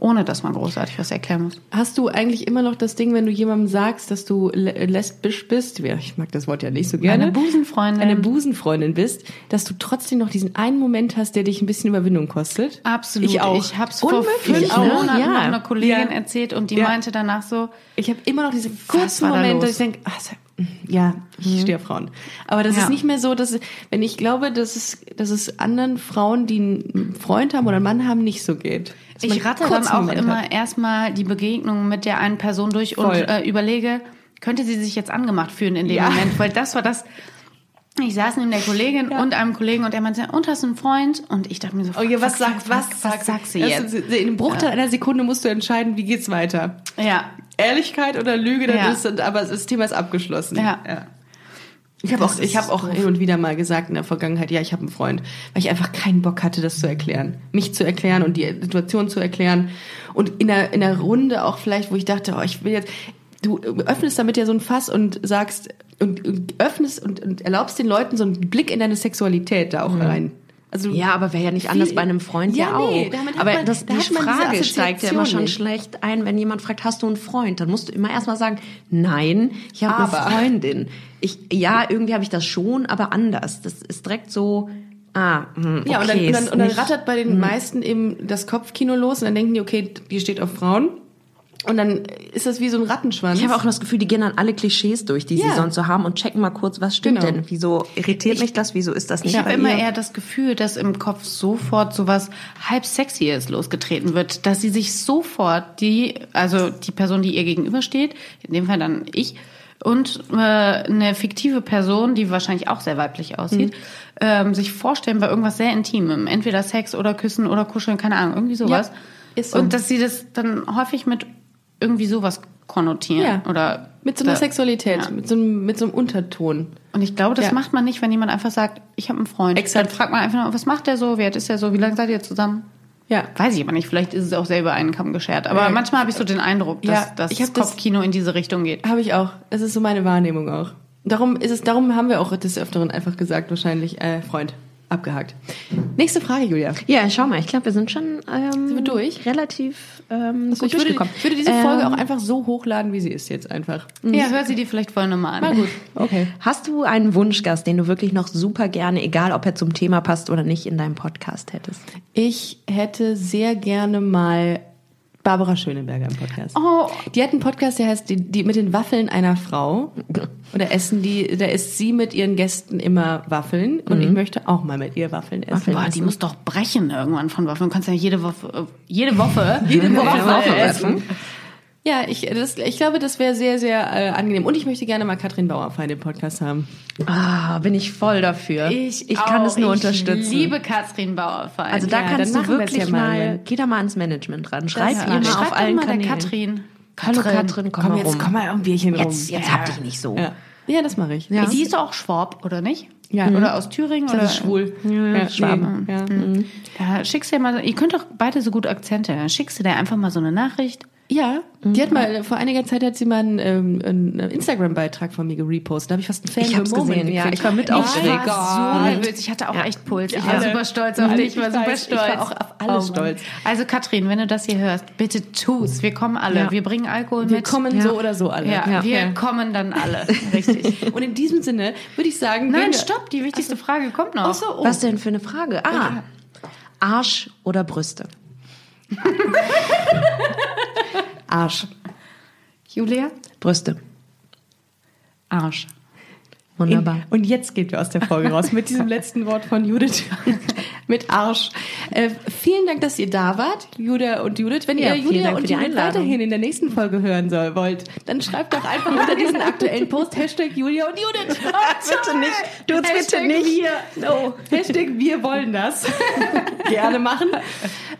ohne dass man großartig was erklären muss.
Hast du eigentlich immer noch das Ding, wenn du jemandem sagst, dass du le- lesbisch bist, ja, ich mag das Wort ja nicht so gerne,
Eine Busenfreundin.
eine Busenfreundin bist, dass du trotzdem noch diesen einen Moment hast, der dich ein bisschen Überwindung kostet?
Absolut.
Ich auch.
Ich habe es vor
Unmöglich,
fünf
ne?
Monaten
Ja.
noch einer Kollegin
Ja.
erzählt und die
Ja.
meinte danach so,
Ich habe immer noch diese
Was
kurzen
war da
Momente, dass ich
los? Mhm.
denke, ach, so, ja, ich stehe auf Frauen. Aber das
Ja.
ist nicht mehr so, dass wenn ich glaube, dass es, dass es anderen Frauen, die einen Freund haben oder einen Mann haben, nicht so geht. Dass man
Ich rate
kurzen
dann auch
Moment
immer
hat.
erstmal die Begegnung mit der einen Person durch und
Voll.
äh, überlege, könnte sie sich jetzt angemacht fühlen in dem
Ja.
Moment? Weil das war das. Ich saß neben der Kollegin und einem Kollegen und er meinte, und hast du einen Freund? Und ich dachte mir so,
Oh ja, was
fuck,
sagt,
fuck,
was,
fuck,
sagt,
was sagt sie
Das
jetzt?
ist- In einem Bruchteil einer Sekunde musst du entscheiden, wie geht's weiter.
Ja,
Ehrlichkeit oder Lüge, dann
Ja.
ist, aber das Thema ist abgeschlossen.
Ja.
Ich habe auch,
Das
ich
ist
hab auch
doof.
hin und wieder mal gesagt in der Vergangenheit, ja, ich habe einen Freund, weil ich einfach keinen Bock hatte, das zu erklären. Mich zu erklären und die Situation zu erklären. Und in der, in der Runde auch vielleicht, wo ich dachte, oh, ich will jetzt, du öffnest damit ja so ein Fass und sagst, und, und öffnest und, und erlaubst den Leuten so einen Blick in deine Sexualität da auch
Mhm.
rein. Also,
Ja, aber wäre ja nicht anders
Viel-
bei einem Freund
Ja,
ja, auch.
nee, damit hat
aber
man-
das,
da
die
hat man diese
Frage steigt ja immer
Assoziation
schon
nicht.
schlecht ein, wenn jemand fragt, hast du einen Freund? Dann musst du immer erstmal sagen, nein, ich habe eine
Aber.
Freundin. Ich, ja, irgendwie habe ich das schon, aber anders. Das ist direkt so, ah, hm, okay,
Ja, und dann, und dann,
ist
und dann
nicht- hm.
rattert bei den meisten eben das Kopfkino los und dann denken die, okay, die steht auf Frauen. Und dann ist das wie so ein Rattenschwanz.
Ich habe auch das Gefühl, die gehen dann alle Klischees durch, die
Ja.
sie sonst so haben und checken mal kurz, was stimmt
Genau.
denn? Wieso irritiert mich das? Wieso ist das nicht
Ich habe
bei
immer
ihr?
eher das Gefühl, dass im Kopf sofort sowas halb sexyes losgetreten wird, dass sie sich sofort die, also die Person, die ihr gegenübersteht, in dem Fall dann ich, und äh, eine fiktive Person, die wahrscheinlich auch sehr weiblich aussieht,
Mhm.
ähm, sich vorstellen bei irgendwas sehr Intimem, entweder Sex oder Küssen oder Kuscheln, keine Ahnung, irgendwie sowas.
ist so.
Und dass sie das dann häufig mit irgendwie sowas konnotieren
Ja.
oder
mit so einer
da-
Sexualität,
Ja.
mit, so einem, mit so einem Unterton.
Und ich glaube, das
Ja.
macht man nicht, wenn jemand einfach sagt, ich habe einen Freund.
Exakt.
Dann fragt man einfach, was macht der so, wie alt ist der so, wie lange seid ihr zusammen?
Ja.
Weiß ich aber nicht, vielleicht ist es auch selber einen Kamm geschert. Aber
Ja.
manchmal habe ich so den Eindruck, dass
Ja,
das
ich hab das-
Kopfkino in diese Richtung geht.
Habe ich auch. Das ist so meine Wahrnehmung auch. Darum ist es, darum haben wir auch des Öfteren einfach gesagt, wahrscheinlich, äh, Freund, abgehakt. Nächste Frage, Julia.
Ja, schau mal, ich glaube, wir sind schon ähm, sind
wir durch?
relativ ähm,
So,
gut
ich, würde,
durchgekommen.
ich würde diese Folge
Ähm,
auch einfach so hochladen, wie sie ist jetzt einfach.
Ja, hör sie dir vielleicht vorher nochmal an.
Okay.
Hast du einen Wunschgast, den du wirklich noch super gerne, egal ob er zum Thema passt oder nicht, in deinem Podcast hättest?
Ich hätte sehr gerne mal Barbara Schöneberger im Podcast.
Oh,
Die hat einen Podcast, der heißt die, die mit den Waffeln einer Frau. Und da essen die, da isst sie mit ihren Gästen immer Waffeln. Und
Mhm.
ich möchte auch mal mit ihr Waffeln essen.
boah, die muss doch brechen irgendwann von Waffen. Du kannst ja jede Woche, äh, jede Woche, jede
Waffeln essen. Ja, ich, das, ich glaube, das wäre sehr, sehr äh, angenehm. Und ich möchte gerne mal Katrin Bauerfeind im Podcast haben.
Ah, bin ich voll dafür. ich kann es nur unterstützen.
Ich liebe Katrin Bauer vor allem.
also da
Ja,
kannst
dann
du
machen wir es
wirklich
ja mal,
mal,
Jan.
geh da mal ans Management ran. Schreib
Ja,
ihr mal
schreib
auf
doch
allen
mal der
Kanälen.
Katrin.
Hallo Katrin, komm,
Komm,
mal
jetzt
rum.
komm mal um Bierchen rum.
Jetzt, jetzt hab dich nicht so.
Ja, ja das mache ich.
Ja.
Die ist doch auch Schwab, oder nicht?
Ja.
Oder aus Thüringen?
Das
oder?
ist schwul.
ja, Schwabe.
nee, ja.
Ja, schickst dir mal, ihr könnt doch beide so gut Akzente, dann schickst du dir einfach mal so eine Nachricht.
Ja, die
Mhm.
hat mal, vor einiger Zeit hat sie mal einen, ähm, einen Instagram-Beitrag von mir gerepostet. Da habe ich fast einen Fan
Ich hab's gesehen, ja. Ich war mit aufgeregt.
Ich war so nervös, ich hatte auch
Ja.
echt Puls. Ich
Ja.
war super stolz auf
Alle.
dich, ich war
Ich
super
weiß, ich
stolz.
war auch auf alles
Mann.
stolz.
Also Katrin, wenn du das hier hörst, bitte tu's. Wir kommen alle.
Ja.
Wir bringen Alkohol
Wir
mit.
kommen
Ja.
so oder so alle.
ja,
Ja.
wir
Ja.
kommen dann alle. Richtig.
Und in diesem Sinne würde ich sagen,
Nein,
wenn-
stopp, die wichtigste Frage kommt noch.
Ach so, oh.
Was denn für eine Frage? Ah, Arsch oder Brüste? Arsch,
Julia?
Brüste.
Arsch.
Wunderbar.
um. Und jetzt gehen wir aus der Folge raus mit diesem letzten Wort von Judith. mit Arsch. Äh, vielen Dank, dass ihr da wart, Judah und Judith. Wenn
Ja,
ihr
vielen
Judah
Dank für
und
die
Judith
Einladung.
weiterhin in der nächsten Folge hören soll, wollt, dann schreibt doch einfach unter diesen aktuellen Post Hashtag Julia und Judith.
bitte nicht. Du
Hashtag Wir, no. Hashtag wir wollen das. Gerne machen.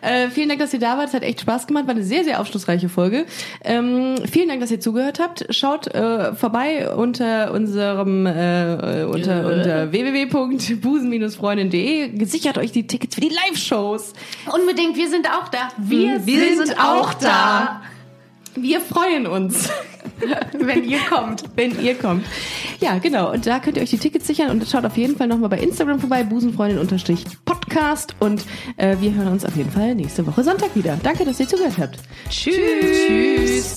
Äh, vielen Dank, dass ihr da wart. Es hat echt Spaß gemacht. War eine sehr, sehr aufschlussreiche Folge. Ähm, vielen Dank, dass ihr zugehört habt. Schaut äh, vorbei unter unserem äh, äh, unter, unter www.busen-freundin.de. Gesichert euch die Tickets für die Live-Shows.
Unbedingt, wir sind auch da. Wir,
wir sind auch da. Wir freuen uns.
wenn ihr kommt.
wenn ihr kommt. Ja, genau. Und da könnt ihr euch die Tickets sichern und schaut auf jeden Fall nochmal bei Instagram vorbei, busenfreundin-podcast. Und äh, wir hören uns auf jeden Fall nächste Woche Sonntag wieder. Danke, dass ihr zugehört habt. Tschüss.